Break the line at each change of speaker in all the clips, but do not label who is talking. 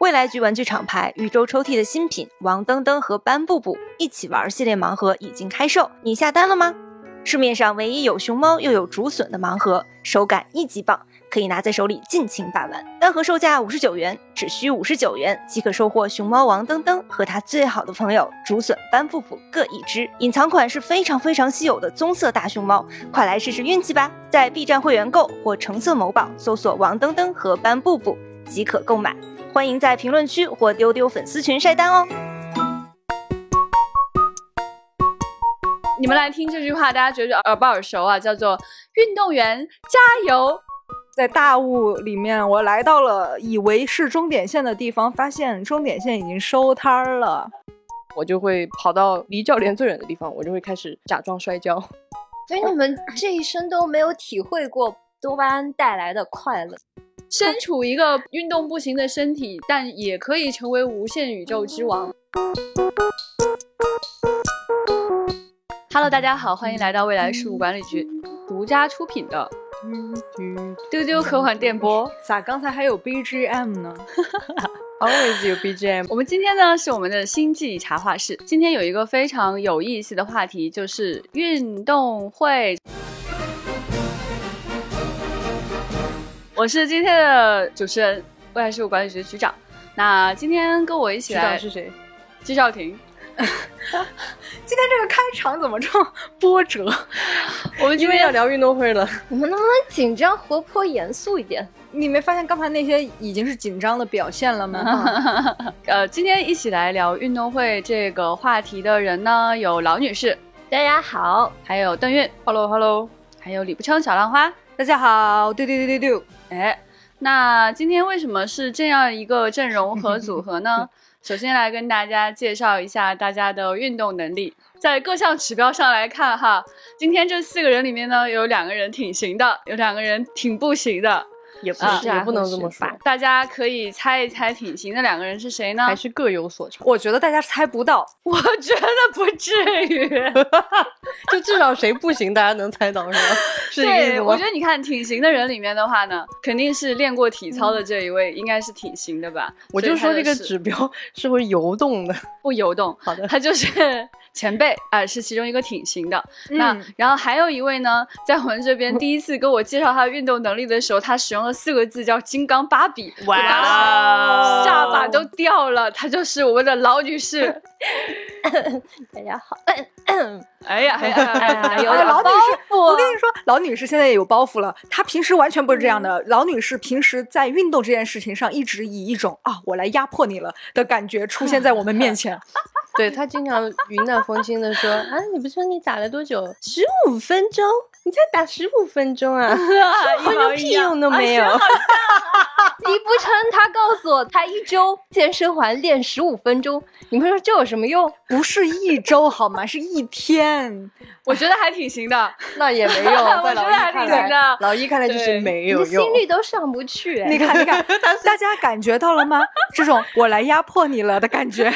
未来局玩具厂牌宇宙抽屉的新品王登登和班布布一起玩系列盲盒已经开售，你下单了吗？市面上唯一有熊猫又有竹笋的盲盒，手感一级棒，可以拿在手里尽情把玩。单盒售价五十九元，只需五十九元即可收获熊猫王登登和他最好的朋友竹笋班布布各一只。隐藏款是非常非常稀有的棕色大熊猫，快来试试运气吧！在 B 站会员购或橙色某宝搜索王登登和班布布即可购买。欢迎在评论区或丢丢粉丝群晒单哦。
你们来听这句话，大家觉得耳不耳熟啊？叫做“运动员加油
在大雾里面，我来到了以为是终点线的地方，发现终点线已经收摊儿了。
我就会跑到离教练最远的地方，我就会开始假装摔跤。
所以你们这一生都没有体会过多巴胺带来的快乐。”。
身处一个运动不行的身体，但也可以成为无限宇宙之王。Hello，大家好，欢迎来到未来事务管理局独家出品的
嗯
丢丢科幻电波。
咋刚才还有 BGM 呢？
Always 有 BGM。
我们今天呢是我们的星际茶话室，今天有一个非常有意思的话题，就是运动会。我是今天的主持人，未来事务管理局局长。那今天跟我一起
知道
来，
是谁？
季少廷。
今天这个开场怎么这么波折？
我们今
因为
天
要聊运动会了，
我们能不能紧张、活泼、严肃一点？
你没发现刚才那些已经是紧张的表现了吗？
呃，今天一起来聊运动会这个话题的人呢，有老女士，
大家好，
还有邓韵，Hello Hello，还有李不称小浪花，
大家好，丢丢丢丢丢，
哎，那今天为什么是这样一个阵容和组合 呢？首先来跟大家介绍一下大家的运动能力，在各项指标上来看哈，今天这四个人里面呢，有两个人挺行的，有两个人挺不行的。
也不
啊
是，也不能这么说，
大家可以猜一猜挺行的两个人是谁呢
还？是各有所长。
我觉得大家猜不到，
我觉得不至于。
就至少谁不行，大家能猜到是 吗？是这个意
对，
思
我
吗
觉？得你看挺行的人里面的话呢，肯定是练过体操的这一位，应该是挺行的吧？
我
所以
就
他
说这个
是
指标 是会游动的。
不游动，
好的，
他就是 前辈啊、是其中一个挺行的。那
嗯
然后还有一位呢，在我们这边第一次跟我介绍他的运动能力的时候，他使用了四个字叫“金刚芭比”，我当时下巴都掉了。她就是我们的老女士。
大家好，
哎呀，哎呀， 哎呀，有
哎
点
老女
包
士，我
袱
跟。你说，老女士现在也有包袱了。她平时完全不是这样的。老女士平时在运动这件事情上，一直以一种啊我来压迫你了的感觉出现在我们面前。
对他经常云淡风轻的说：“啊，你不是说你打了多久？十五分钟？你才打十五分钟 啊，
一
分
毛
钟
一
屁
样
用都没 有。
李不成他告诉我，他一周健身环练十五分钟，你们说这有什么用？
不是一周好吗？是一天。
我觉得还挺行的。
那也 没
我
用，在
觉
老
得
一
还
看
挺行
来
的，
老一看来就
对
是没
你
有
的
用
心。率都上不去、哎
你看，你看，大家感觉到了吗？这种我来压迫你了的感觉。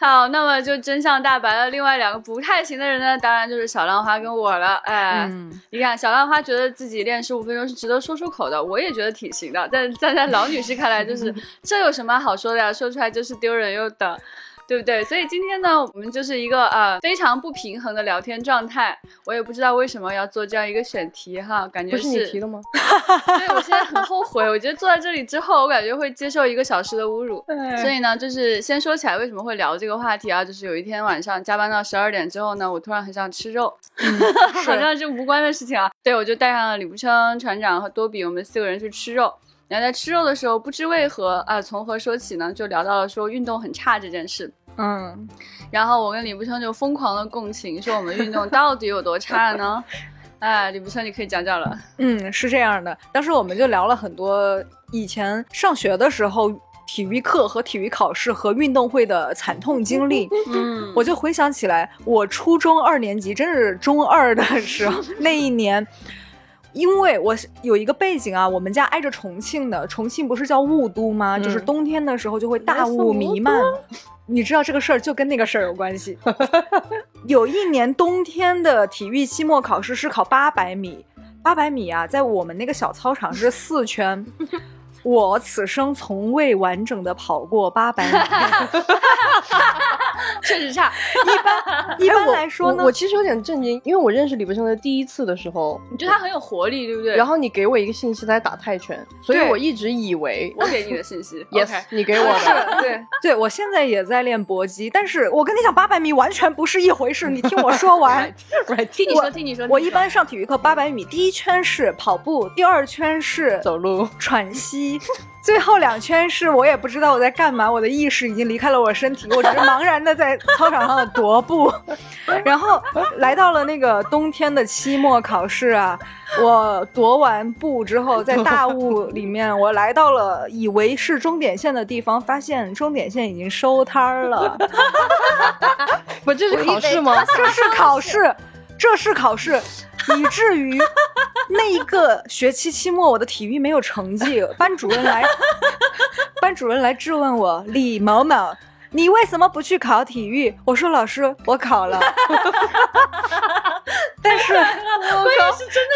好，那么就真相大白了。另外两个不太行的人呢，当然就是小浪花跟我了。哎，
嗯，
你看，小浪花觉得自己练十五分钟是值得说出口的，我也觉得挺行的。但站在老女士看来，就是 这有什么好说的呀？说出来就是丢人又的，对不对？所以今天呢，我们就是一个啊、呃非常不平衡的聊天状态。我也不知道为什么要做这样一个选题哈，感觉
不是你提的吗？
对，我现在很后悔，我觉得坐在这里之后，我感觉会接受一个小时的侮辱。所以呢，就是先说起来为什么会聊这个话题啊，就是有一天晚上加班到十二点之后呢，我突然很想吃肉， 好像嗯是无关的事情啊。对，我就带上了李步称船长和多比，我们四个人去吃肉。然后在吃肉的时候，不知为何啊、从何说起呢？就聊到了说运动很差这件事。
嗯，
然后我跟李步称就疯狂的共情，说我们运动到底有多差呢？ 哎，李步称，你可以讲讲了。
嗯，是这样的。当时我们就聊了很多以前上学的时候体育课和体育考试和运动会的惨痛经历。
嗯
我就回想起来，我初中二年级，真是中二的时候那一年。因为我是有一个背景啊，我们家挨着重庆的，重庆不是叫雾都吗？就是
嗯
冬天的时候就会大
是
雾
魔
弥漫。你知道这个事儿就跟那个事儿有关系。 有一年冬天的体育期末考 试是考八百米，八百米啊，在我们那个小操场是四圈，我此生从未完整的跑过八 百米。哎
确实差。
一般来说呢
我，我其实有点震惊，因为我认识李不生的第一次的时候，
你觉得他很有活力，对不对？
然后你给我一个信息，他在打泰拳，所以
对
我一直以为
我给你的信 息
yes，
OK
你给我 的，
对，
对我现在也在练搏击，但是我跟你讲，八百米完全不是一回事。你听我说 完，
听你说，听你说。
我
听
一
你说
般上体育课八百米，第一圈是跑步，第二圈是
走路。
喘息，最后两圈是我也不知道我在干嘛，我的意识已经离开了我身体，我只是茫然的在操场上的踱步。然后来到了那个冬天的期末考试啊，我踱完步之后，在大雾里面，我来到了以为是终点线的地方，发现终点线已经收摊儿了。
不，这是考试吗？
这是考试，这是考试，以至于那一个学期期末我的体育没有成绩，班主任来， 班主任来质问我李某某。你为什么不去考体育？我说老师，我考了， 但是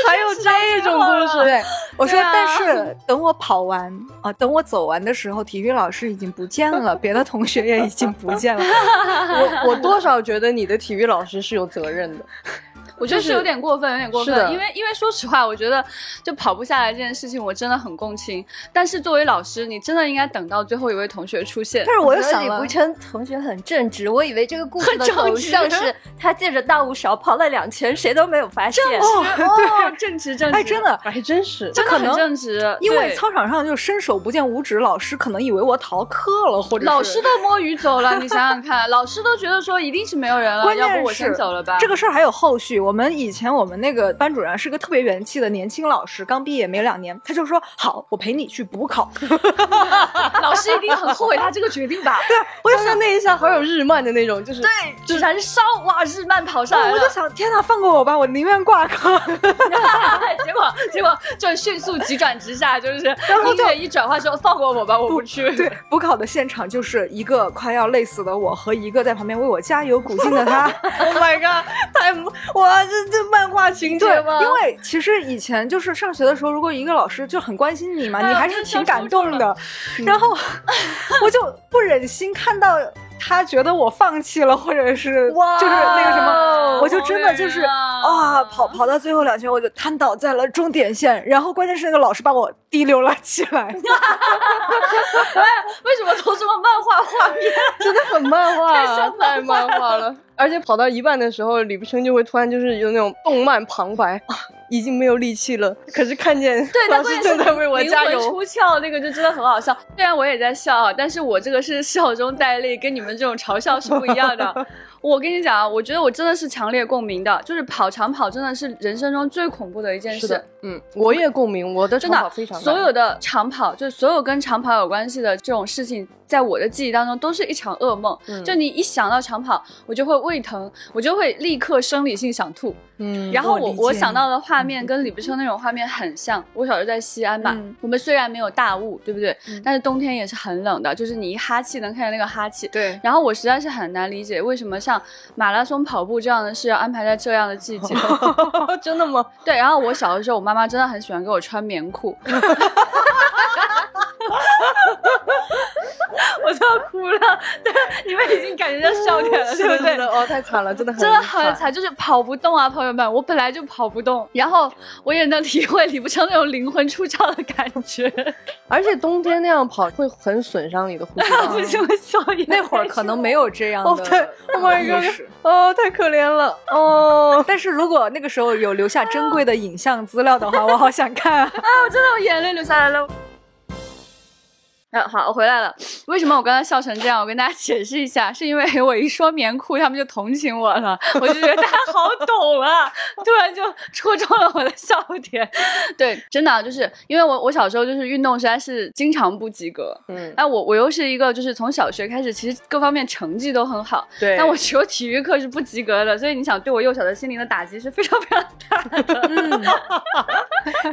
还有这种故事，
对我说，
对啊
但是等我跑完啊，等我走完的时候，体育老师已经不见了，别的同学也已经不见了。
我我多少觉得你的体育老师是有责任的。
我觉得是有点过分，有点过
是的
分。因为因为说实话，我觉得就跑步下来这件事情，我真的很共情。但是作为老师，你真的应该等到最后一位同学出现
但。是我又
觉得
想
李
了
不，琛同学很正直，我以为这个故事的
很正
走
直
向是他借着大雾勺跑了两圈，谁都没有 发现。
哦，正直正直，
哎，真的，
还真是，
真的
可
很
能
正直，
因为
对
操场上就伸手不见五指，老师可能以为我逃课了，或者是
老师都摸鱼走了，你想想看，老师都觉得说一定是没有人了，
关键
要
是
不我先走了吧。
这个事儿还有后续。我们以前我们那个班主任是个特别元气的年轻老师，刚毕业没两年，他就说好，我陪你去补考。
老师一定很后悔他这个决定 吧？
我就
刚刚那一下好有日漫的那种，就是
对，燃烧哇，日漫跑上来
我就
了，
想，天哪，放过我吧，我宁愿挂科。
结果结果就迅速急转直下，就是音乐一转换说放过我吧，我不去。
对，补考的现场就是一个快要累死的我和一个在旁边为我加油鼓劲的他。
Oh my god！太哇，这这漫画情节
对，
吗？
因为其实以前就是上学的时候，如果一个老师就很关心你嘛，你还是挺感动的。然 后我就不忍心看到他觉得我放弃了，或者是
哇
就是那个什么，我就真的就是
好
啊，跑跑到最后两圈，我就瘫倒在了终点线。然后关键是那个老师把我提溜了起来，
为什么都这么漫画 画面？
真的很漫画，啊
太像漫画了
了。而且跑到一半的时候，李不生就会突然就是有那种动漫旁白，啊、已经没有力气了，可是看见
对，但
老
关
师
键
正
是
在为我
灵
加
魂
油。
出窍那个就真的很好笑，虽然我也在笑啊，但是我这个是笑中带泪，跟你们这种嘲笑是不一样 的。我跟你讲啊，我觉得我真的是强烈共鸣的，就是跑长跑真的是人生中最恐怖的一件
是
事。
的，嗯，我也共鸣，我的
真
长跑
的
非，常
所
烂
有的长跑，就是所有跟长跑有关系的这种事情，在我的记忆当中都是一场噩梦。
嗯
就你一想到长跑，我就会胃疼，我就会立刻生理性想吐。
嗯，
然后
我
我
理
我
解嗯
想
你
到的画面跟李不生那种画面很像。我小时候在西安嘛，
嗯
我们虽然没有大雾，对不对？
嗯
但是冬天也是很冷的，就是你一哈气能看见那个哈气。
对，
然后我实在是很难理解，为什么像马拉松、跑步这样的事要安排在这样的季节？
真的吗？
对，然后我小的时候，我妈妈真的很喜欢给我穿棉裤， 我都要哭了。对，你们已经感觉到笑点 了，对不对
真？的哦，太惨了，真的很
真的很。惨，就是跑不动啊，朋友们，我本来就跑不动，然后我也能体会李不成那种灵魂出窍的感觉，
而且冬天那样跑会很损伤你的呼 吸
不
道。
行，我笑一
嗯那会儿可能没有这样
哦对
的嗯
Oh my
意
god
识。
哦，太可怜了哦。
但是如果那个时候有留下珍贵的影像资料的话，我好想看 啊。
我眼泪流下来了。啊，好，我回来了。为什么我刚才笑成这样？我跟大家解释一下，是因为我一说棉裤，他们就同情我了，我就觉得大家好懂啊，突然就戳中了我的笑点。对，真的啊就是因为我我小时候就是运动实在是经常不及格，
嗯，
哎，我我又是一个就是从小学开始，其实各方面成绩都很好，
对。
但我只有体育课是不及格的，所以你想对我幼小的心灵的打击是非常非常 大的。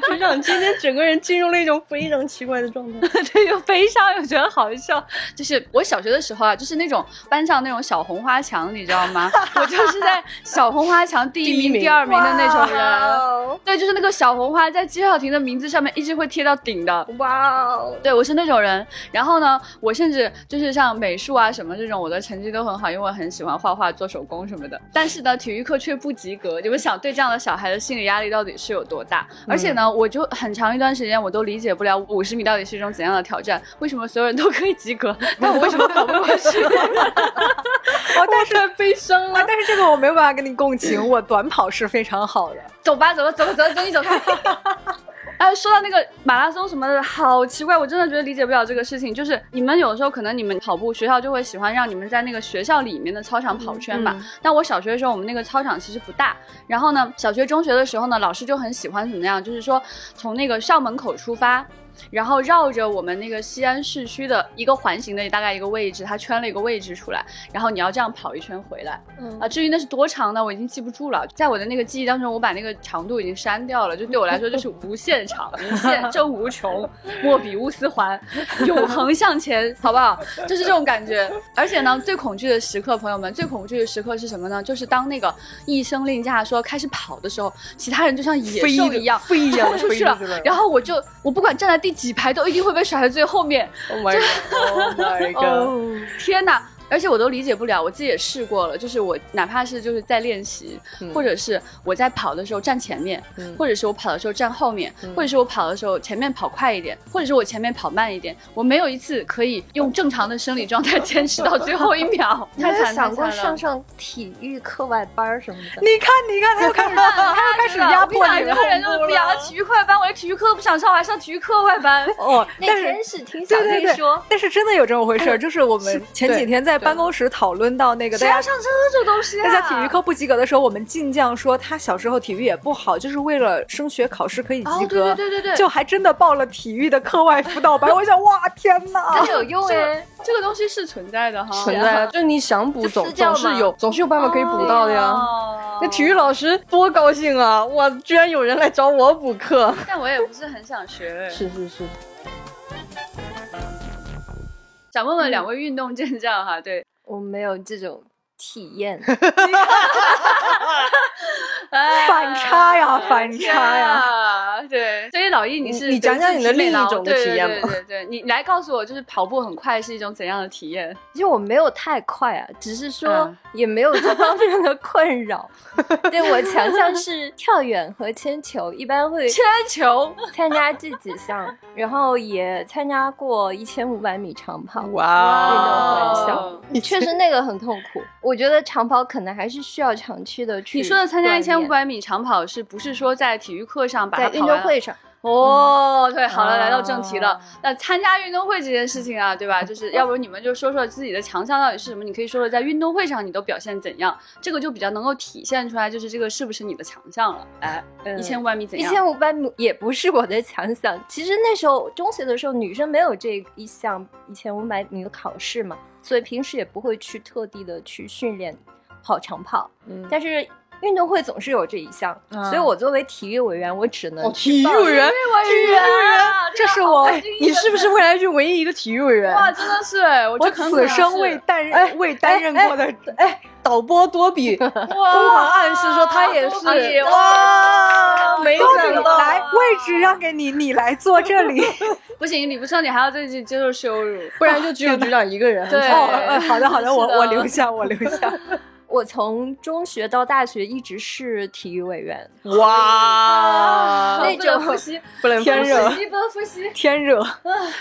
学长今天整个人进入了一种非常奇怪的状态。
对，又悲伤又觉得好笑，就是我小学的时候啊，就是那种班上那种小红花墙，你知道吗？我就是在小红花墙第
第
一
一
名、
名
第二名的那种人。
哦，
对，就是那个小红花在季少廷的名字上面一直会贴到顶的。
哇哦，
对，我是那种人。然后呢，我甚至就是像美术啊什么这种，我的成绩都很好，因为我很喜欢画画、做手工什么的。但是呢，体育课却不及格。你们想，对这样的小孩的心理压力到底是有多大？
嗯
而且呢，我就很长一段时间我都理解不了五十米到底是一种怎样的挑战，为什么所有人都可以及格，但我为什么考不过去？
哦，但是。
悲伤
啊！但是这个我没有办法跟你共情，我短跑是非常好的。
走吧，走吧，走吧，走吧，走你走开。哎，说到那个马拉松什么的，好奇怪，我真的觉得理解不了这个事情。就是你们有时候可能你们跑步，学校就会喜欢让你们在那个学校里面的操场跑圈嘛。但我小学的时候，我们那个操场其实不大。然后呢，小学、中学的时候呢，老师就很喜欢怎么样，就是说从那个校门口出发，然后绕着我们那个西安市区的一个环形的大概一个位置，它圈了一个位置出来，然后你要这样跑一圈回来。
嗯
啊，至于那是多长呢，我已经记不住了。在我的那个记忆当中，我把那个长度已经删掉了，就对我来说就是无限长，无限正无穷，莫比乌斯环，永恒向前，好不好？就是这种感觉。而且呢，最恐惧的时刻，朋友们，最恐惧的时刻是什么呢？就是当那个一声令下说开始跑的时候，其他人就像野
飞
兽
的
一样
飞呀
冲 出
飞
去
啊
了
之类的，
然后我就我不管站在第几排，都一定会被甩在最后面。
Oh my god！Oh my god！
哦，
天呐！而且我都理解不了，我自己也试过了，就是我哪怕是就是在练习，
嗯
或者是我在跑的时候站前面，
嗯
或者是我跑的时候站后面，
嗯
或者是我跑的时候前面跑快一点，或者是我前面跑慢一点，我没有一次可以用正常的生理状态 坚持到最后一秒，
你有
太
没有
惨
想
太
过
惨
上
了。
上体育课外班儿什么的？
你看，你看，他又开始，他又开始压迫
我
你
跟你讲有
了
的人就是不一样，体育课外班，我连体育课都不想上，我还上体育课外班。
哦。
那
但是
天是听小
对对
黑
对
说，，
但是真的有这么回事儿，就是我们前几
对
天在
对
办公室讨论到那个
啊
谁
大
要
家
上这种东西啊？
大家体育课不及格的时候，我们进将说他小时候体育也不好，就是为了升学考试可以
哦
及
对对
格，
对对对
就还真的报了体育的课外辅导班。我想，哇，天哪
真！有用
这
哎！
这个东西是存在的哈，
存在，啊就你想补
就
总
私教
总
嘛
是有总是有办法可以补到的呀。
哦
啊那体育老师多高兴啊！哇，居然有人来找我补课。
但我也不是很想学。
是是是，
想问问两位运动健将哈，对，
我没有这种体验，
嗯
哎
反 差呀，反差呀！
呀，对。所以老易，是
你讲讲你的另一种的
对
体验
对
吧
对对对，你来告诉我，就是跑步很快是一种怎样的体验？
因为我没有太快啊，只是说
嗯
也没有这方面的困扰。对我强项是跳远和铅球，一般会
铅球，
参加这几项，然后也参加过一千五百米长跑。
啊
哇哦
运动很小确实那个很痛苦，我觉得长跑可能还是需要长期的去。
你说的参加一千五，百米长跑，是不是说在体育课上把它
在
跑
运动
完
会上，
哦，对，好了，
啊
来到正题了。那参加运动会这件事情啊，对吧？就是要不你们就说说自己的强项到底是什么？你可以说说在运动会上你都表现怎样，这个就比较能够体现出来，就是这个是不是你的强项了？哎，一千五百米怎
一
样？
千五百米也不是我的强项。其实那时候中学的时候，女生没有这一项一千五百米的考试嘛，所以平时也不会去特地的去训练跑长跑。
嗯
但是运动会总是有这一项，
嗯
所以我作为体育委员，我只能
哦，体育委员，体育委员，
啊
这是我，
你是不是未来就唯一一个体育委员？
哇，真的是哎，我
我
觉得很可
此
能
生
是
未担
哎
任未担任过 的
哎，导播多比疯狂
哇，
暗示说他也
多比
是哇，没
都
想
你
到
来，位置让给你，你来坐这里。
不行，你不上，你还要再去接受羞辱。
不然就只有局长一个人。
对
哦，呃好的好
是
的，我
的
我留下，我留下。
我从中学到大学一直是体育委员，
哇，
那
不能
种
呼吸，
不能
天热
吸不能呼吸。
天热，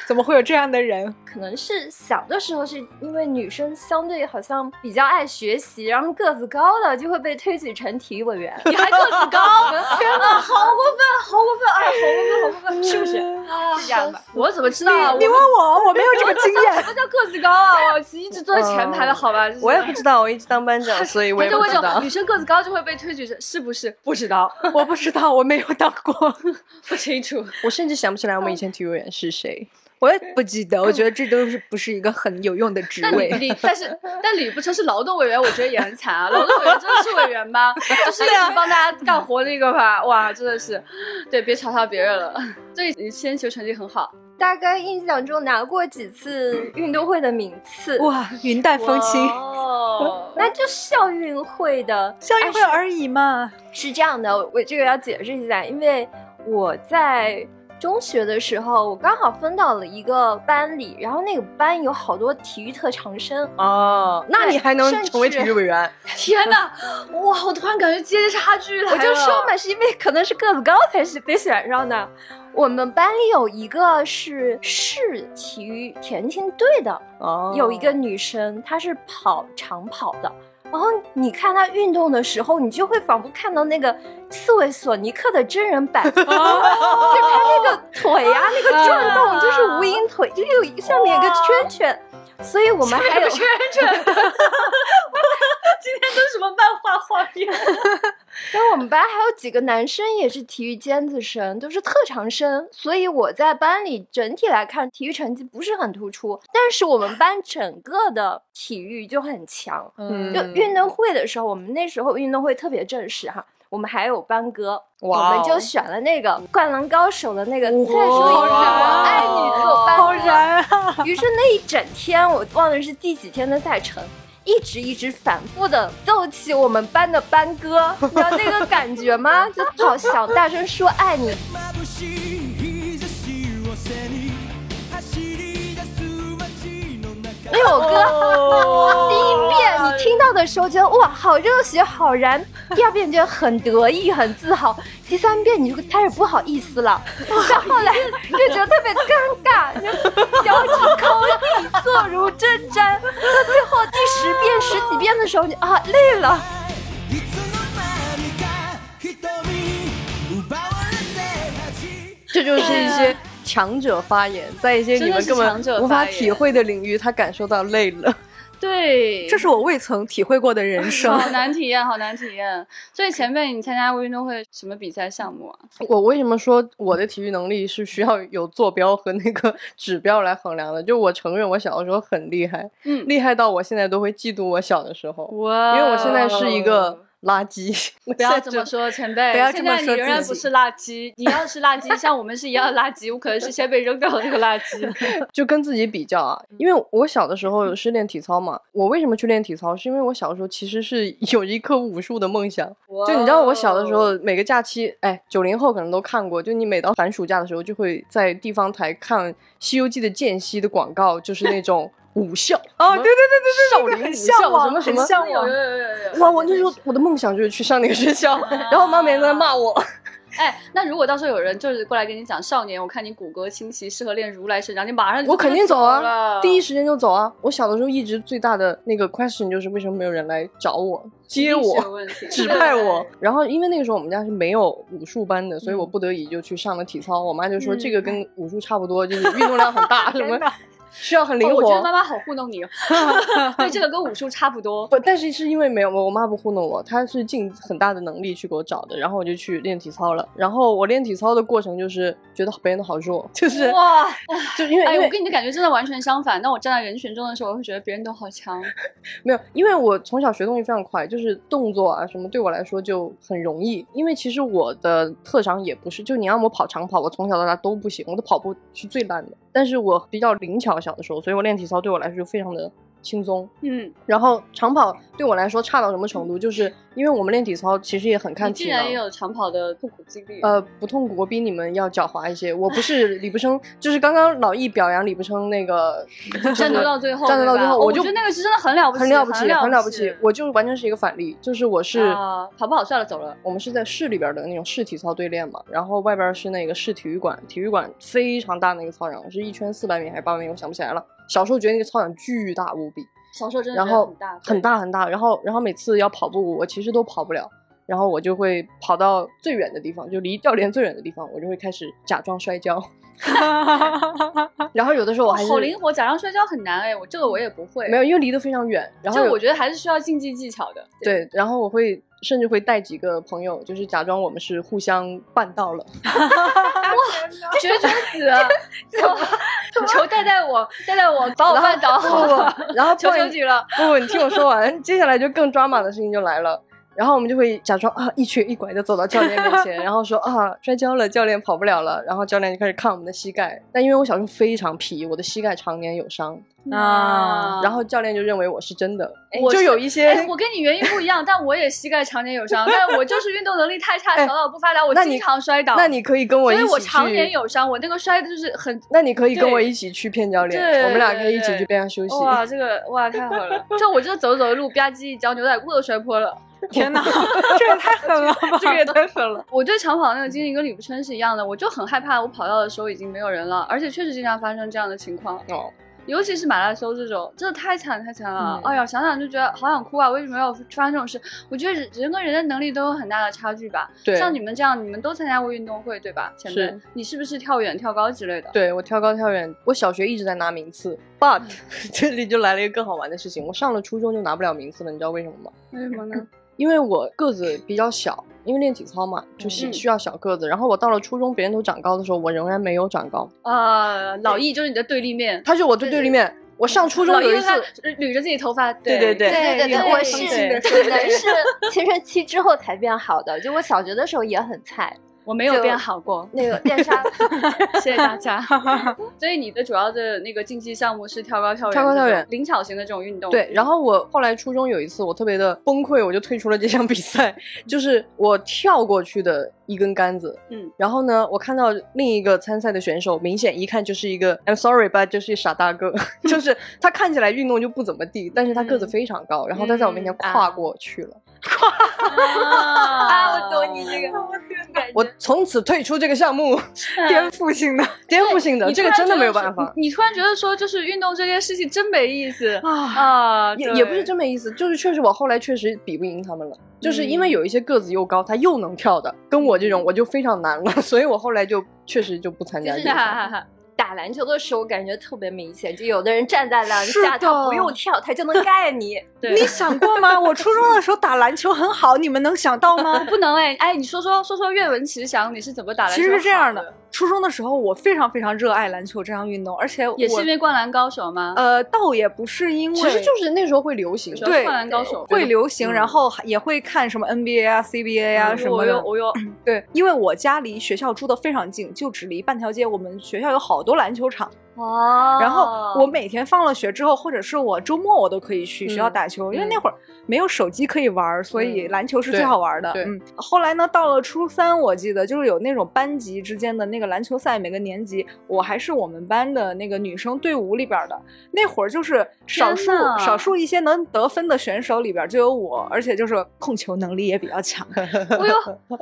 怎么会有这样的人？
可能是小的时候是因为女生相对好像比较爱学习，然后个子高的就会被推举成体育委员。
你还个子高， 天哪，好过分，好过分，哎，好过分，好过分，是不是？啊，是这样的。我怎么知道啊？
嗯你问
我
我，我没有这个经验
什。么叫个子高啊？我一直坐在前排
嗯
的，好吧？就是
我也不知道，我一直当班 长，所以我
他
也
就
不
会
知
这
道
种女。生个子高就会被推举成是不是？不知道，
我不知道，我没有当过，
不清楚。
我甚至想不起来我们以前体育委员是谁。
我也不记得。我觉得这都是不是一个很有用的职
但
位
李。李，但是但李不成是劳动委员，我觉得也很惨啊。劳动委员真的是委员吗？就是一
啊
直帮大家干活那个吧？哇，真的是，对，别嘲笑别人了。所以你铅球成绩很好，
大概印象中拿过几次运动会的名次，
哇，云淡风轻，
哦，
那就是校运会的
校运会而已嘛。
是这样的，我这个要解释一下，因为我在中学的时候，我刚好分到了一个班里，然后那个班有好多体育特长生，
哦，那你还能
甚至
成为体育委员？
天哪，哇！我突然感觉阶级差距来
我
了。
就说嘛，是因为可能是个子高才是被选上的。我们班里有一个是市体育田径队的，
哦，
有一个女生，她是跑长跑的。然后你看她运动的时候，你就会仿佛看到那个刺猬索尼克的真人版，就她那个腿呀、那个转动就是无影腿，就有一上面有一个圈圈。所以我们还有
圈圈，今天都什么漫画画面？
然后我们班还有几个男生也是体育尖子生，都是特长生，所以我在班里整体来看体育成绩不是很突出，但是我们班整个的体育就很强。
嗯
就运动会的时候，我们那时候运动会特别正式哈，我们还有班歌，
哇
我们就
哦
选了那个《灌篮高手》的那个《再说
好
一次我爱你》做班歌。
好燃啊！
于是那一整天，我忘了是第几天的赛程，一直一直反复的奏起我们班的班歌，你知道那个感觉吗？就好想大声说爱你。
眩しい日差しを背に走り出す街の中
那首歌第一遍你听到的时候觉得哇好热血好燃，第二遍觉得很得意很自豪，第三遍你就开始不好意思了，再后来就觉得特别尴尬，就脚趾抠地，坐如针毡。到最后第十遍十几遍的时候，你啊累了。
いつの間にか瞳に奪われて立ち
这就是一 些强者发言，在一些你们根
真的是强者发
本
言
无法体会的领域，他感受到累 了。
对，
这是我未曾体会过的人生。
好难体验，好难体验。所以前辈，你参加过运动会什么比赛项目啊？
我为什么说我的体育能力是需要有坐标和那个指标来衡量的？就我承认我小的时候很厉害，
嗯，
厉害到我现在都会嫉妒我小的时候，因
哇
为我现在是一个垃圾。 我
不要
现在
这
就
么说，前辈。
不要
现
这么
在你
说
仍
自
然
己
不是垃圾，你要是垃圾，像我们是一样的垃圾，我可能是先被扔掉的那个垃圾。
就跟自己比较啊，
嗯
因为我小的时候是练体操嘛，我为什么去练体操？是因为我小的时候其实是有一颗武术的梦想。 就你知道，我小的时候每个假期，哎，九零后可能都看过，就你每到寒暑假的时候，就会在地方台看《西游记》的间隙的广告，就是那 种武校
哦，对对
少
对对对对，
林武
很
校
向
什
往，
么什
很
么。
向
哦有
往
有。有有有。
哇！我那时候我的梦想就是去上那个学 校，然后我妈每天都在骂 我。
哎，那如果到时候有人就是过来跟你讲少年，我看你骨骼清奇，适合练如来神掌，你马上就
我肯定走啊，
了
第一时间就走啊。我小的时候一直最大的那个 question 就是为什么没有人来找我、接
历史
我
有、问题哦
指派我
对。
然后因为那个时候我们家是没有武术班的，
嗯
所以我不得已就去上了体操。我妈就说这个
哎
跟武术差不多，就是运动量很大， 什么需要很灵
哦我觉得妈
活。
妈好糊弄 你哦，对这个跟武术差不多。
不，但是是因为没有我，我妈不糊弄我，她是尽很大的能力去给我找的，然后我就去练体操了。然后我练体操的过程就是觉得别人都好弱， 就是
哇，
就是因为
哎，
因
我
为
跟你的感觉真的完全相反。当我站在人群中的时候，我会觉得别人都好强。
没有，因为我从小学东西非常快，就是动作啊什么对我来说就很容易。因为其实我的特长也不是，就你让我跑长跑，我从小到大都不行，我的跑步是最烂的。但是我比较灵巧，小的时候，所以我练体操对我来说就非常的轻松。
嗯，
然后长跑对我来说差到什么程度，就是因为我们练体操其实也很看
你
体
竟
能
然也。有长跑的痛苦经历。
呃，不痛苦，我比你们要狡猾一些。我不 是李不生，就是刚刚老易表扬李不生那个
战斗到最后，
战斗到
对吧
最后，
哦我
就
觉得那个是真的很了不起
很了不起，
很
很
了
了
不
不
起
起。我就完全是一个反例，就是我是、
啊，跑不好算了，走了。
我们是在市里边的那种市体操队练嘛，然后外边是那个市体育馆，体育馆非常大那个操场，是一圈四百米还是八百米，我想不起来了。小时候觉得那个操场巨大无比，
小时候真的
然
觉得
后
很大
很。大很大，然后然后每次要跑步，我其实都跑不了，然后我就会跑到最远的地方，就离教练最远的地方，我就会开始假装 摔跤，然后有的时候我
哇
还是
哦好灵活，假装摔跤很难哎，我这个我也不会。
没有，因为离得非常远，然后
就
有
我觉得还是需要竞技技巧的。
对，然后我会甚至会带几个朋友，就是假装我们是互相绊到了。
绝绝子，啊 求求带带我，带带我，把我绊倒，
不不不然后
求
不
求
然
你了。
不，你听我说完，接下来就更抓马的事情就来了。然后我们就会假装啊一瘸一拐的走到教练面前，然后说啊摔跤了，教练跑不了了，然后教练就开始看我们的膝盖。但因为我小时候非常皮，我的膝盖常年有伤，
啊，
然后教练就认为我是真的，
我
就是有一些
嗯哎，我跟你原因不一样，但我也膝盖常年有伤，但我就是运动能力太差，
哎
小脑不发达，我
那
经
你
常摔倒。
那你可以跟我
所
一
以
起去。
我常年有伤，我那个摔的就是很
那你可以跟
对
我一起去骗教练，
对
我们俩可以一
对
起去边上休息。
哇，这个哇太好了！就我这走着走着路，吧唧一跤，牛仔裤都摔破了。
天哪，这也太狠了吧！
这个也太狠了！我对长跑那个经历跟李不琛是一样的，我就很害怕我跑到的时候已经没有人了，而且确实经常发生这样的情况，
哦，
尤其是马拉松这种，真的太惨太惨了！
嗯
哎呀，想想就觉得好想哭啊！为什么要发生这种事？我觉得人人跟人的能力都有很大的差距吧。
对，
像你们这样，你们都参加过运动会对吧？前辈
是，
你是不是跳远、跳高之类的？
对我跳高跳远，我小学一直在拿名次，but
嗯
这里就来了一个更好玩的事情，我上了初中就拿不了名次了，你知道为什么吗？
为什么呢？
因为我个子比较小，因为练体操嘛，就是
嗯
需要小个子。然后我到了初中，别人都长高的时候，我仍然没有长高，
呃，老易就是你的对立面。
他是我对对立面。我上初中
老易
有一
就
次
他，捋着自己头发，
对对对
对对
对
对，我是
对
对对对是青春期之后才变好的，就我小学的时候也很菜，
我没有
就
变好过。
那个电商
谢谢大家。所以你的主要的那个竞技项目是跳高、跳远、
跳高跳远
这种灵巧型的这种运动。
对，然后我后来初中有一次，我特别的崩溃，我就退出了这项比赛。 就是我跳过去的一根杆子，
嗯，
然后呢，我看到另一个参赛的选手，明显一看就是一个 I'm sorry but 就是傻大个， 就是他看起来运动就不怎么地，但是他个
嗯
子非常高，然后他在我面前跨过去了，
啊，我懂你这个。
我从此退出这个项目，
颠覆性的
颠覆性的，
嗯你
这个
突然
真的
觉
没
得
有办
说
法。
你。你突然觉得说，就是运动这件事情真没意思
啊！
啊，
也
对
也不是真没意思，就是确实我后来确实比不赢他们了，就是因为
嗯
有一些个子又高，他又能跳的，跟我这种我就非常难了， 所以我后来就确实就不参加这个
哈
项目。
哈哈。
打篮球的时候，感觉特别明显，就有的人站在篮下，
是的
他不用跳，他就能盖你。
对，
你想过吗？我初中的时候打篮球很好，你们能想到 吗？
不能哎哎，你说说说说岳文琪祥你是怎么打篮球？
其实是这样的，，初中的时候我非常非常热爱篮球这项运动，而且我
也是因为灌篮高手吗？
呃，倒也不是因为
其实就是那时候会流行，
主要是
对
灌篮高手
会流行，
嗯
然后也会看什么 NBA 啊、CBA 啊
嗯
什
我
么
有
的。
我有，
对，因为我家离学校住的非常近，就只离半条街。我们学校有好多篮球场，
哦
然后我每天放了学之后，或者是我周末我都可以去学校打球，因为那会儿没有手机可以玩儿，所以
嗯
篮球是最
对
好玩儿的。
对
嗯，后来呢，到了初三，我记得就是有那种班级之间的那个篮球赛，每个年级我还是我们班的那个女生队伍里边儿的。那会儿就是少数
天呐
少数一些能得分的选手里边儿就有我，而且就是控球能力也比较强。
哎呦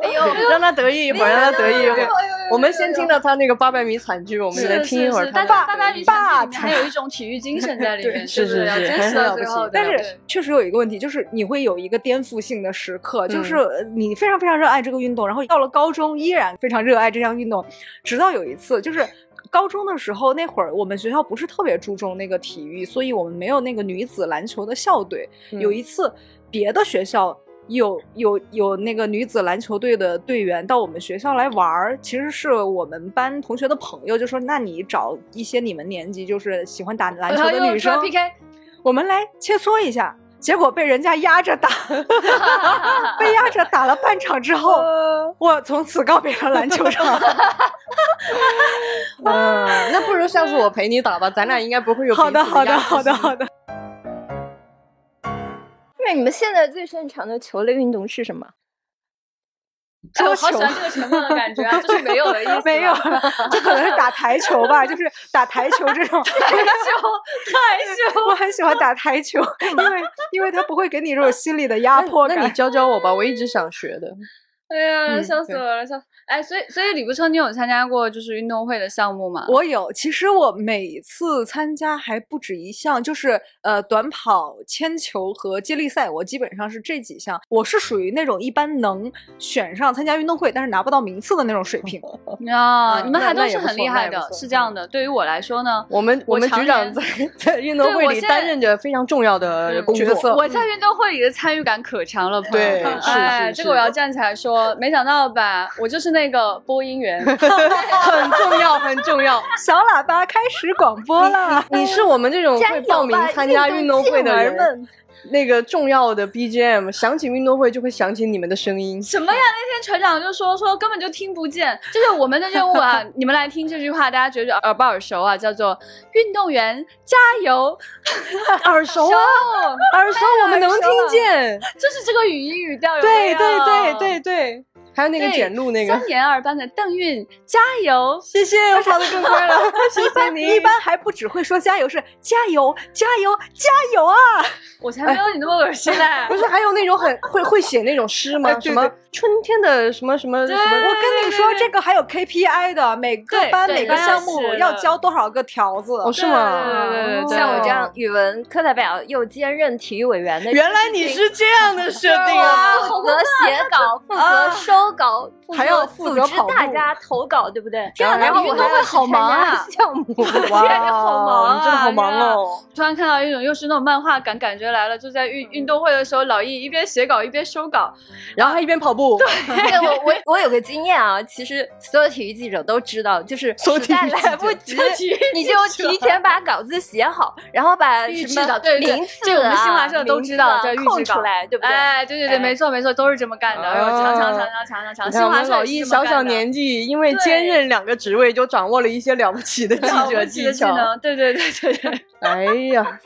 哎呦哎呦
让他得意一会儿，让他得意一会
哎呦哎呦哎呦
儿
哎呦。
我们先听到他那个八百米惨剧，我们
是
再
是
听一会儿
但是
他的。
八百米场地里面还有一种体育精神在里面，
对
对不对
是是
要
是
坚持
很
到
了不
最
起
后的。
但
对
是确实有一个问题，就是你会有一个颠覆性的时刻，
嗯
就是你非常非常热爱这个运动，然后到了高中依然非常热爱这项运动，直到有一次就是。高中的时候，那会儿我们学校不是特别注重那个体育，所以我们没有那个女子篮球的校队。
嗯
有一次，别的学校有有有那个女子篮球队的队员到我们学校来玩儿，其实是我们班同学的朋友就说：“那你找一些你们年级就是喜欢打篮球
哎
的
呦
女
出来
生
PK，
我们来切磋一下。结果被人家压着打，被压着打了半场之后，我从此告别了篮球场。
嗯，那不如下次我陪你打吧，咱俩应该不会有
好的，
彼此
好的，
压
好的，
力
好的。
那你们现在最擅长的球类运动是什么？
哎我好喜欢这个沉默的感觉啊，就是没有的意思啊，
没有
害羞，
了，这可能是打台球吧，就是打台球这种。
害 羞。
我很喜欢打台球，因为因为它不会给你这种心理的压迫
那你
感。
教教我吧，我一直想学的。
哎呀，
嗯
笑死
对
我了，笑死！哎，所以所以李不称，你有参加过就是运动会的项目吗？
我有，其实我每次参加还不止一项，就是呃短跑、铅球和接力赛，我基本上是这几项。我是属于那种一般能选上参加运动会，但是拿不到名次的那种水
哦
平。
啊，
嗯
你们还
那
都
那也
是
不
很
错
厉
那
害
也不
的，
错嗯
是这样的。对于我来说呢，
我们
我
们
常
局长
年
在在运动
对
会
我
里
现
担
在
任着非常重要的呃工
角色
作。
嗯
嗯
我在运动会里的参与感可强了，朋友
对
们
是
哎，
是
这
是
个我要站起来说，没想到吧，我就是那个播音 员，
很重要，很重要。
小喇叭开始广播了。
你是我们这种
加
会
油
报名
吧
参加运动会的
健儿
人，
们！
那个重要的 BGM，想起运动会就会想起你们的声音。
什么呀？那天船长就说说根本就听不见，就是我们的任务啊！你们来听这句话，大家觉得耳不耳熟啊？叫做“运动员加油哦
耳”，熟 啊，耳熟，我们能听见。
就是这个语音语调有没
对
有
对对对对，还有那个
对
简录那个
三，年二班的邓韵加油，
谢谢，我跑得更快了，谢
一
谢
般
您。
一般还不只会说加油，是加油加油加油啊！
我才没有你那么恶心啊嘞！
不是还有那种很会会写那种诗吗？
哎对
什么春天的什么什么什么？
我跟你说，这个还有 KPI 的，每个
对
班
对
每个
对
项目
是
要
的
交多少个条子？
哦是吗？
对对对对，
像我这样语文课代表又兼任体育委员 的，
原来你是这样的设定 啊！
负责写稿，负责收稿，负责
还要负责
组织
跑步
大家投稿，对不对？
天啊
然后
那你
我
运动
还
会
要去
好忙
参加
啊
项目，
哇，
天你好忙啊
你真的好忙哦！
突然看到一种又是那种漫画感感觉来了，就在运运动会的时候，老易一边写稿一边收稿，
然后还一边跑步，
对我我我有个经验啊，其实所有体育记者都知道，就是
所有
实在
体育记
来不
者
及
尤，其
你就提前把稿子写好，然后把
预制
什么
的对对
名次
这个我们
啊
新华社都
名
知
字
道
啊
叫预制
空
稿
出来， 对不对？
哎，对对对，
哎
没错没错，都是这么干的。
啊
哎呦，强强强强强强强！
你
新
看我
华
们
社
老
也
易
是这么
小
干
小
的
年纪，因为兼任两个职位，就掌握了一些了不起的记
了不
者
起的技
技巧。
能，对对对对对。
哎呀，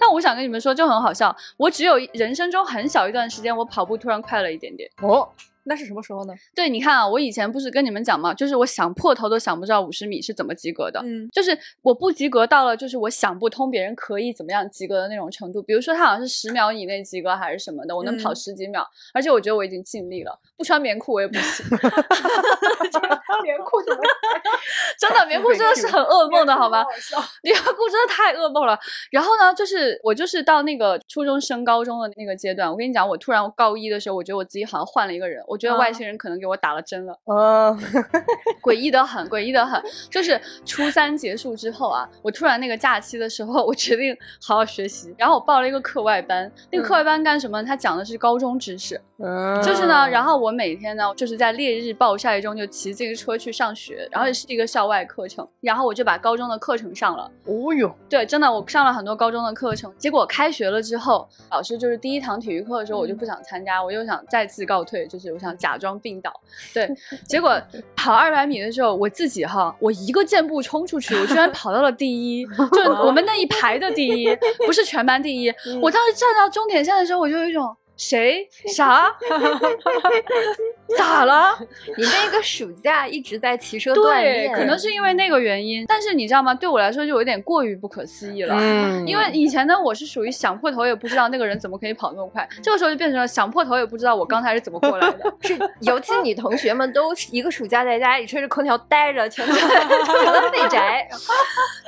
但我想跟你们说，就很好笑。我只有人生中很小一段时间，我跑步突然快了一点点。
哦，
那是什么时候呢？
对，你看啊，我以前不是跟你们讲嘛，就是我想破头都想不知道五十米是怎么及格的。
嗯，
就是我不及格到了，就是我想不通别人可以怎么样及格的那种程度。比如说他好像是十秒以内及格还是什么的，我能跑
嗯
十几秒，而且我觉得我已经尽力了，不穿棉裤我也不 行。
棉裤怎么
真的，棉裤真的是很噩梦的，好 吗？ 棉裤真的太噩梦了。然后呢，就是我就是到那个初中升高中的那个阶段，我跟你讲，我突然我高一的时候，我觉得我自己好像换了一个人，我觉得外星人可能给我打了针了，
嗯，
诡异的很，诡异的很。就是初三结束之后啊，我突然那个假期的时候，我决定好好学习，然后我报了一个课外班。那个课外班干什么？它讲的是高中知识，
嗯
就是呢，然后我每天呢，就是在烈日暴晒中就骑自行车去上学，然后也是一个校外课程，然后我就把高中的课程上了。
哦哟，
对，真的，我上了很多高中的课程，结果开学了之后，老师就是第一堂体育课的时候，我
嗯
就不想参加，我就想再次告退，就是我想假装病倒。 对，结果跑二百米的时候，我自己哈，我一个箭步冲出去，我居然跑到了 第一，就是我们那一排的第一，不是全班第一。
嗯
我当时站到终点线的时候，我就有一种 谁啥咋了？
你那个暑假一直在骑车锻
对，
炼，
可能是因为那个原因。但是你知道吗？对我来说就有点过于不可思议了。
嗯
因为以前呢，我是属于想破头也不知道那个人怎么可以跑那么快，这个时候就变成了想破头也不知道我刚才是怎么过来的。
是， 尤其女同学们都是一个暑假在家里吹着空调待着，全都成了废宅。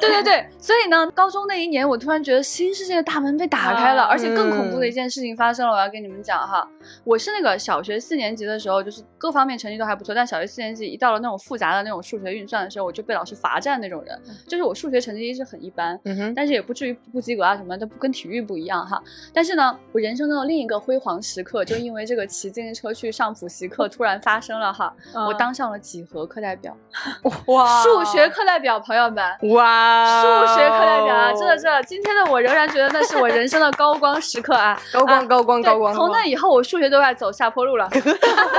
对对对，所以呢，高中那一年，我突然觉得新世界的大门被打开了，
啊
而且更恐怖的一件事情发生了，我要跟你们讲哈。我是那个小学四年级的时候，就是各方面成绩都还不错，但小学四年级一到了那种复杂的那种数学运算的时候，我就被老师罚站那种人，就是我数学成绩一直很一般，
嗯哼，
但是也不至于不及格啊什么的，不跟体育不一样哈。但是呢，我人生中的另一个辉煌时刻，就因为这个骑自行车去上补习课突然发生了哈，
嗯
我当上了几何课代表，
哇
数学课代表，朋友们。
哇，哦
数学课代表啊，真的真的，今天的我仍然觉得那是我人生的高光时刻啊！
高光 高光
对
高光，
从那以后，我数学都在走下坡路了。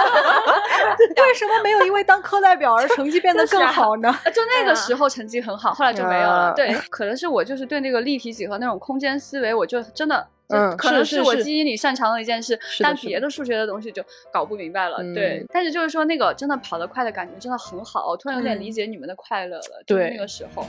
为什么没有因为当课代表而成绩变得更好呢？
就那
嗯
个时候成绩很好，后来就没有了。
啊
对，可能是我就是对那个立体几何那种空间思维，我就真的。就
嗯
可能
是
是
是
我
是
基因里擅长的一件事，
的
但
是的
别的数学的东西就搞不明白了。
嗯
对，但是就是说那个真的跑得快的感觉真的很好，我突然有点理解你们的快乐了。就是
嗯对
那个时候，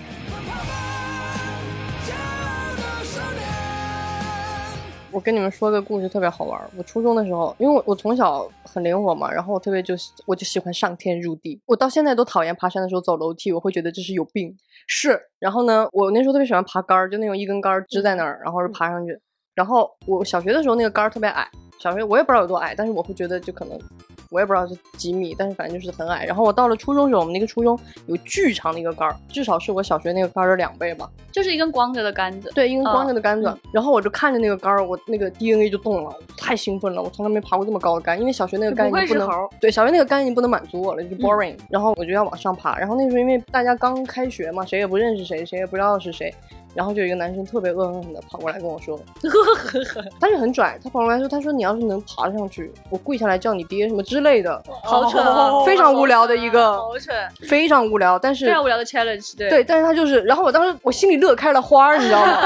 我跟你们说个故事特别好玩儿。我初中的时候，因为我我从小很灵活嘛，然后我特别就我就喜欢上天入地。我到现在都讨厌爬山的时候走楼梯，我会觉得这是有病。是。然后呢，我那时候特别喜欢爬杆儿，就那种一根杆儿支在那儿，然后是爬上去。然后我小学的时候那个杆儿特别矮，小学我也不知道有多矮，但是我会觉得就可能我也不知道是几米，但是反正就是很矮。然后我到了初中的时候，我们那个初中有巨长的一个杆儿，至少是我小学那个杆儿的两倍吧。
就是一根光着的杆子。
对，一根光
嗯
着的杆子，然后我就看着那个杆儿，我那个 DNA 就动了，我太兴奋了，我从来没爬过这么高的杆，因为小学那个杆已
不愧
经
是
不能
猴，
对，小学那个杆已经不能满足我了，就 boring，、然后我就要往上爬，然后那时候因为大家刚开学嘛，谁也不认识谁，谁也不知道是谁，然后就有一个男生特别恶狠狠的跑过来跟我说，但是很拽，他跑过来说，他说你要是能爬上去，我跪下来叫你爹什么之类的，
好蠢啊，
哦非常无聊的一个
好蠢，
非常无聊，但是
非常无聊的 challenge，对
对，但是他就是，然后我当时我心里乐开了花儿，你知道 吗？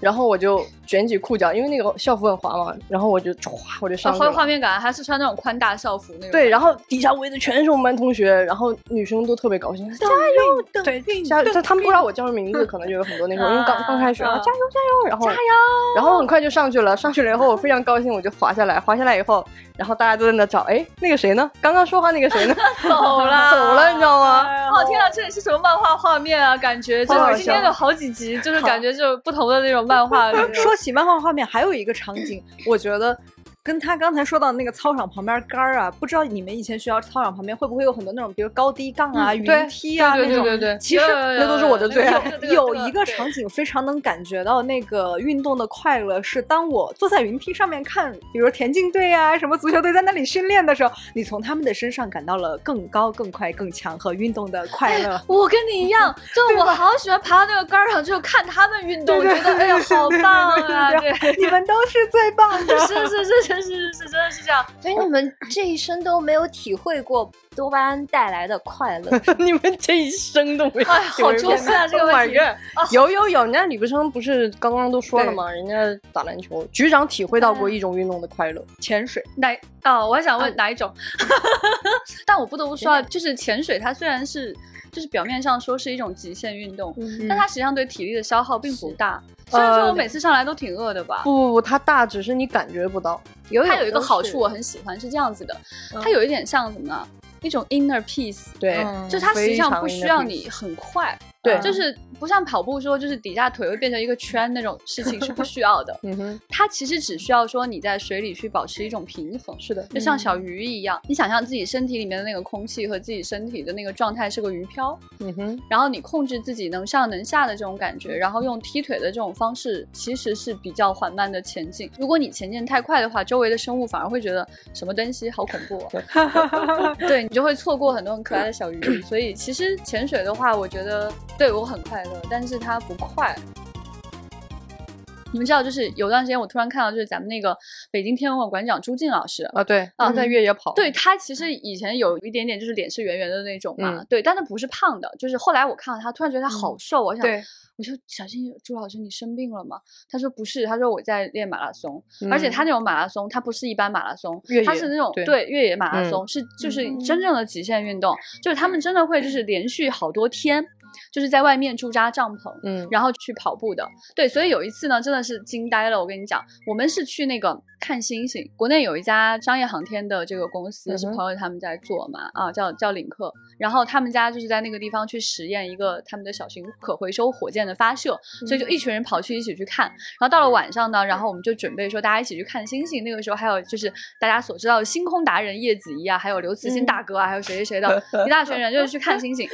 然后我就卷起裤脚，因为那个校服很滑嘛，然后我就歘我就上去
啊画画
了。
面感，还是穿那种宽大校服那种。
对，然后底下围的全是我们班同学，然后女生都特别高兴，加油，对，加油！但他们不知道我叫什么名字，可能就有很多那种，因为刚刚开学，然后加油加油，然后加油，然后很快就上去了，上去了以后我非常高兴，我就滑下来，滑下来以后，然后大家都在那找，哎，那个谁呢？刚刚说话那个谁呢？
走了，
走了，你知道吗？
哦天啊，这里是什么漫画画面啊？感觉就
好好
是
笑
今天有好几集，就是感觉就是不同的那种漫画。 那种
说起漫画画面，还有一个场景，
嗯
我觉得跟他刚才说到那个操场旁边杆儿啊，不知道你们以前学校操场旁边会不会有很多那种，比如高低杠啊、
对
云梯啊
嗯对对
那种。
对对，
其实
有有有有
那都是我的最爱
那个
有一个
对
场景非常能感觉到那个运动的快乐，是当我坐在云梯上面看，比如田径队啊、什么足球队在那里训练的时候，你从他们的身上感到了更高、更快、更强和运动的快 乐。
我跟你一样，就我好喜欢爬到那个杆儿上，就看他们运动，我觉得哎呀好棒啊！对，
你们都是最 棒的。
是是是是是是，真的是这样。
所以你们这一生都没有体会过多巴胺带来的 快乐。
你们这一生都没有
哎，好中分啊这个问题。
有有有，人家李不生不是刚刚都说了吗？人家打篮球，局长体会到过一种运动的快
哎
乐，
潜水，
哪啊？我还想问哪一种？ 但我不得不说啊，就是潜水，它虽然是就是表面上说是一种极限运动，但它实际上对体力的消耗并不大。虽然说我每次上来都挺饿的吧。
不不不，它大只是你感觉不到。游
它有一个好处我很喜欢，是这样子的，它有一点像什么呢？一种 inner peace，
嗯对、
嗯
就它实际上不需要
非常 inner
你很快，嗯
对，
就是不像跑步说就是底下腿会变成一个圈那种事情是不需要的
嗯哼，
它其实只需要说你在水里去保持一种平衡，
是的，
就像小鱼一样，你想象自己身体里面的那个空气和自己身体的那个状态是个鱼漂，
嗯哼，
然后你控制自己能上能下的这种感觉，然后用踢腿的这种方式，其实是比较缓慢的前进。如果你前进太快的话，周围的生物反而会觉得什么东西好恐怖、啊， 对你就会错过很多很可爱的小鱼。所以其实潜水的话，我觉得对我很快乐，但是它不快。你们知道，就是有段时间我突然看到，就是咱们那个北京天文馆馆长朱静老师，
啊对，他在越野跑，
嗯对他其实以前有一点点就是脸是圆圆的那种嘛，
嗯
对，但他不是胖的，就是后来我看到他，突然觉得他好瘦，我想
对，
我就小新朱老师你生病了吗？他说不是，他说我在练马拉松，
嗯
而且他那种马拉松，他不是一般马拉松
越，
他
野
是那种
对嗯
越野马拉松，是就是真正的极限运动，就是他们真的会就是连续好多天，就是在外面驻扎帐篷，
嗯
然后去跑步的。对，所以有一次呢，真的是惊呆了。我跟你讲，我们是去那个看星星，国内有一家商业航天的这个公司是
嗯哼
朋友他们在做嘛，啊，叫叫领克。然后他们家就是在那个地方去实验一个他们的小型可回收火箭的发射，所以
嗯
就一群人跑去一起去看。然后到了晚上呢，然后我们就准备说大家一起去看星星。那个时候还有就是大家所知道的星空达人叶子怡啊，还有刘慈
嗯
欣大哥啊，还有谁谁谁 的一大群人就是去看星星。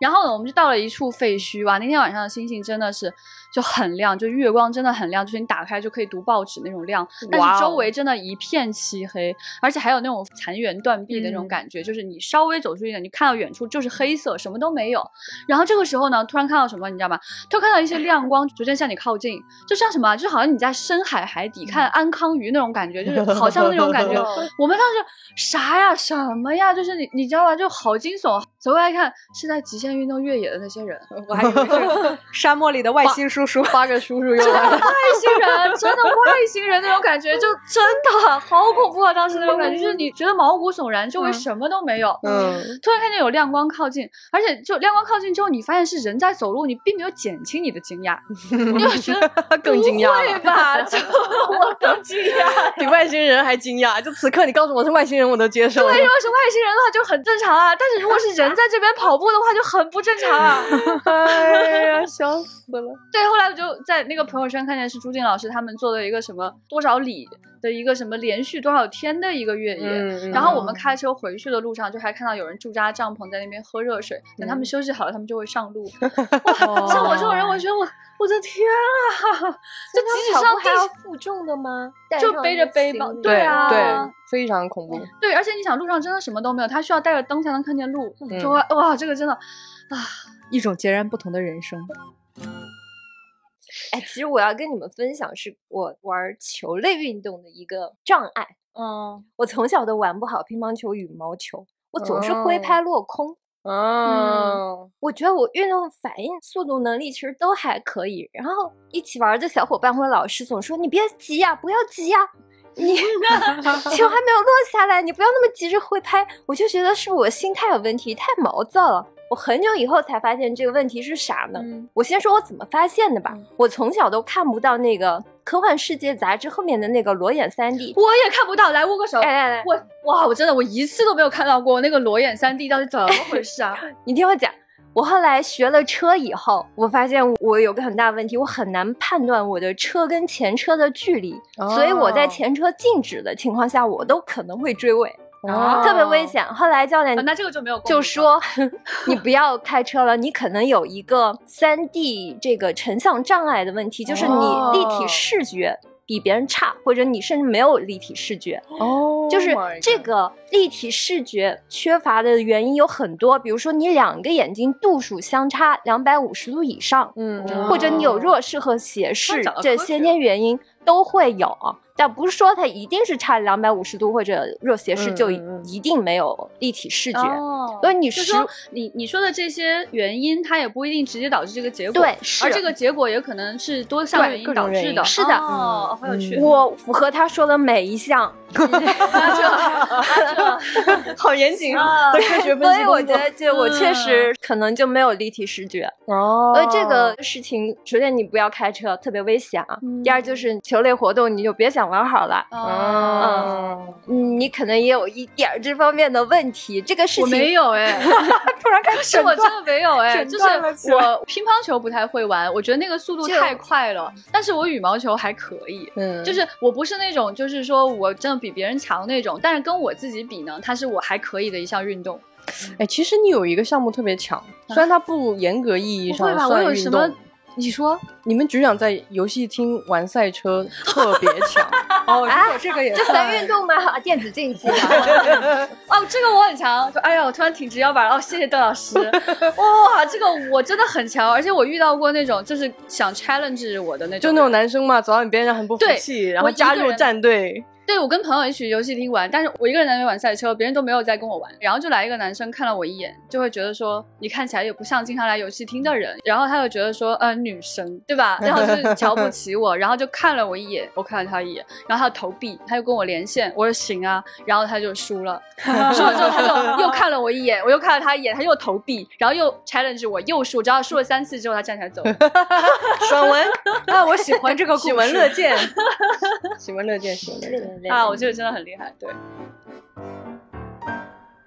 然后呢，我们就到了一处废墟哇，那天晚上的星星真的是就很亮，就月光真的很亮，就是你打开就可以读报纸那种亮，但
哇
是
哦。
周围真的一片漆黑，而且还有那种残垣断壁的那种感觉，就是你稍微走出一点，你看到远处就是黑色，什么都没有。然后这个时候呢，突然看到什么，你知道吗？突然看到一些亮光逐渐向你靠近，就像什么啊，就是好像你在深海海底看安康鱼那种感觉，就是好像那种 感觉我们当时啥呀，什么呀？就是你你知道吧，就好惊悚。走过来看，是在极限运动越野的那些人， 我还以为是
沙漠里的外星叔叔，
八个叔 叔又来了，
外星人，真的外星人那种感觉，就真的好恐怖啊！当时那种感觉，就是你觉得毛骨悚然，周围什么都没有。
嗯，
突然看见有亮光靠近，而且就亮光靠近之后，你发现是人在走路，你并没有减轻你的惊讶，你就觉得
更惊
不会
讶了，
吧？就我更惊讶，
比外星人还惊讶。就此刻你告诉我是外星人，我都接受了
对，。如果是外星人的话就很正常啊，但是如果是人在这边跑步的话就很不正常 啊。
哎呀，笑死 了！
对，后来我就在那个朋友圈看见是朱静老师他们做的一个什么多少里的一个什么连续多少天的一个越野。
嗯，
然后我们开车回去的路上，就还看到有人驻扎帐篷在那边喝热水，等他们休息好了，他们就会上 路。哇，像我这种人，我觉得我我的天啊，哦就即使
跑
上
步
地
还要负重的吗？带
就
上
背着
那个
背
行
包
李
对
对
啊
对，非常恐怖。
对，而且你想路上真的什么都没有，他需要带着灯才能看见路，
嗯
就会哇，这个真的
一种截然不同的人生。
哎，其实我要跟你们分享，是我玩球类运动的一个障碍。
嗯，
我从小都玩不好乒乓球、羽毛球，我总是挥拍落空。
嗯，
我觉得我运动反应、速度能力其实都还可以。然后一起玩儿的小伙伴或者老师总说：“你别急呀、不要急呀、你 球还没有落下来，你不要那么急着挥拍。”我就觉得是我心态有问题，太毛躁了。我很久以后才发现这个问题是啥呢？我先说我怎么发现的吧。我从小都看不到那个科幻世界杂志后面的那个裸眼三 D。
我也看不到，来握个手。
哎来来，
我哇，我真的我一次都没有看到过那个裸眼三 D 到底怎么回事 啊？
你听我讲，我后来学了车以后，我发现我有个很大问题，我很难判断我的车跟前车的距离，所以我在
哦
前车静止的情况下，我都可能会追尾，
哦
特别危险。后来教练
啊那这个就没有共鸣
就
了
说 你不要开车了，你可能有一个三 D 这个成像障碍的问题，就是你立体
哦
视觉比别人差，或者你甚至没有立体视觉。
哦，
就是这个立体视觉缺乏的原因有很多，比如说你两个眼睛度数相差两百五十度以上，
嗯，
或者你有
哦
弱视和斜视
讲得
这
科
先
学
天原因都会有啊，但不是说它一定是差两百五十度或者弱斜视就
嗯嗯嗯
一定没有立体视觉。
哦
所以你
就
实
说你你说的这些原因，它也不一定直接导致这个结果，
对，是
而这个结果也可能是多项
对
原因
各
导
种原
致
因
的。
是的嗯
哦，好有趣。
我符合他说的每一项，
好严谨
哦
的科学分析工作，
所以我觉得这我确实可能就没有立体视觉。
哦，
呃，这个事情，首先你不要开车，特别危险啊。第二就是嗯球类活动，你就别想玩好了，
嗯
哦，
嗯，你可能也有一点儿这方面的问题。这个事
我没
情，
有哎，
突然开始
是我
诊断
真的没有哎，
诊
就是
断了起来
我乒乓球不太会玩，我觉得那个速度
就
太快了，但是我羽毛球还可以。
嗯，
就是我不是那种，就是说我真的比别人强那种，但是跟我自己比呢，它是我还可以的一项运动。
哎，其实你有一个项目特别强，虽然它不严格意义
啊不会
上
吧？我
算
有
运
什
动
么？你说
你们局长在游戏厅玩 赛车特别强，
哦，如果这个也
这算
算
运动吗？电子竞 技啊，
哦，这个我很强。哎呀，我突然挺直腰板了。哦，谢谢邓 老师。哇，这个我真的很强，而且我遇到过那种就是想 challenge 我的那种，
就那种男生嘛，走到你边上很不服
对
气，然
我
后
一
加
个
入
人
战队，
对，我跟朋友一起去游戏厅玩，但是我一个人在那边玩赛车，别人都没有在跟我玩。然后就来一个男生看了我一眼，就会觉得说你看起来也不像经常来游戏厅的人。然后他就觉得说，呃，女神对吧？ 然后就是瞧不起我，然后就看了我一眼，我看了他一眼，然后他投币，他就跟我连线，我说行啊，然后他就输了。 输了之后他 就又看了我一眼，我又看了他一眼，他又投币，然后又 challenge 我，又输，直到输了三次之后他站起来走了。
爽文，
啊，我喜欢这个故事，
喜闻乐见，喜闻乐见，喜闻乐见。
啊，我觉得真的很厉害，对。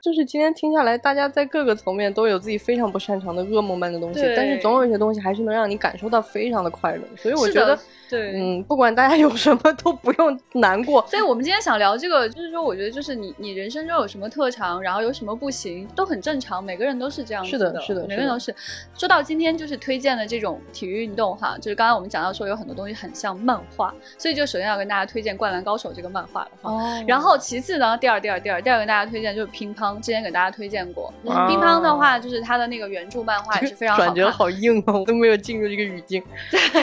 就是今天听下来，大家在各个层面都有自己非常不擅长的噩梦般的东西，但是
对
总有一些东西还是能让你感受到非常的快乐。所以我
是
觉
的
得，
对
嗯，不管大家有什么都不用难过，
所以我们今天想聊这个，就是说，我觉得就是你你人生中有什么特长，然后有什么不行，都很正常，每个人都是这样子
是的是的
每个人都是。说到今天就是推荐的这种体育运动哈，就是刚刚我们讲到说有很多东西很像漫画，所以就首先要跟大家推荐《灌篮高手》这个漫画了哈。
哦
然后其次呢，第二第二第二第二个大家推荐就是乒乓，之前给大家推荐过。
哦
乒乓的话，就是它的那个原著漫画也是非常好
转
看
折好硬哦，我都没有进入这个语 境，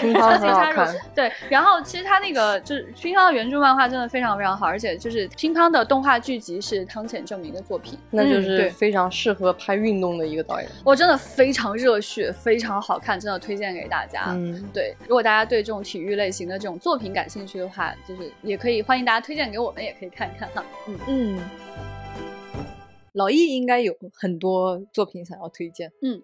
乒乓很好看，
对，然后其实他那个就是乒乓的原著漫画真的非常非常好，而且就是乒乓的动画剧集是汤浅证明的作品，
那就
嗯
是
对
非常适合拍运动的一个导演。
我真的非常热血，非常好看，真的推荐给大家。
嗯，
对，如果大家对这种体育类型的这种作品感兴趣的话，就是也可以欢迎大家推荐给我们，也可以看一看哈。
嗯，老易应该有很多作品想要推荐。
嗯，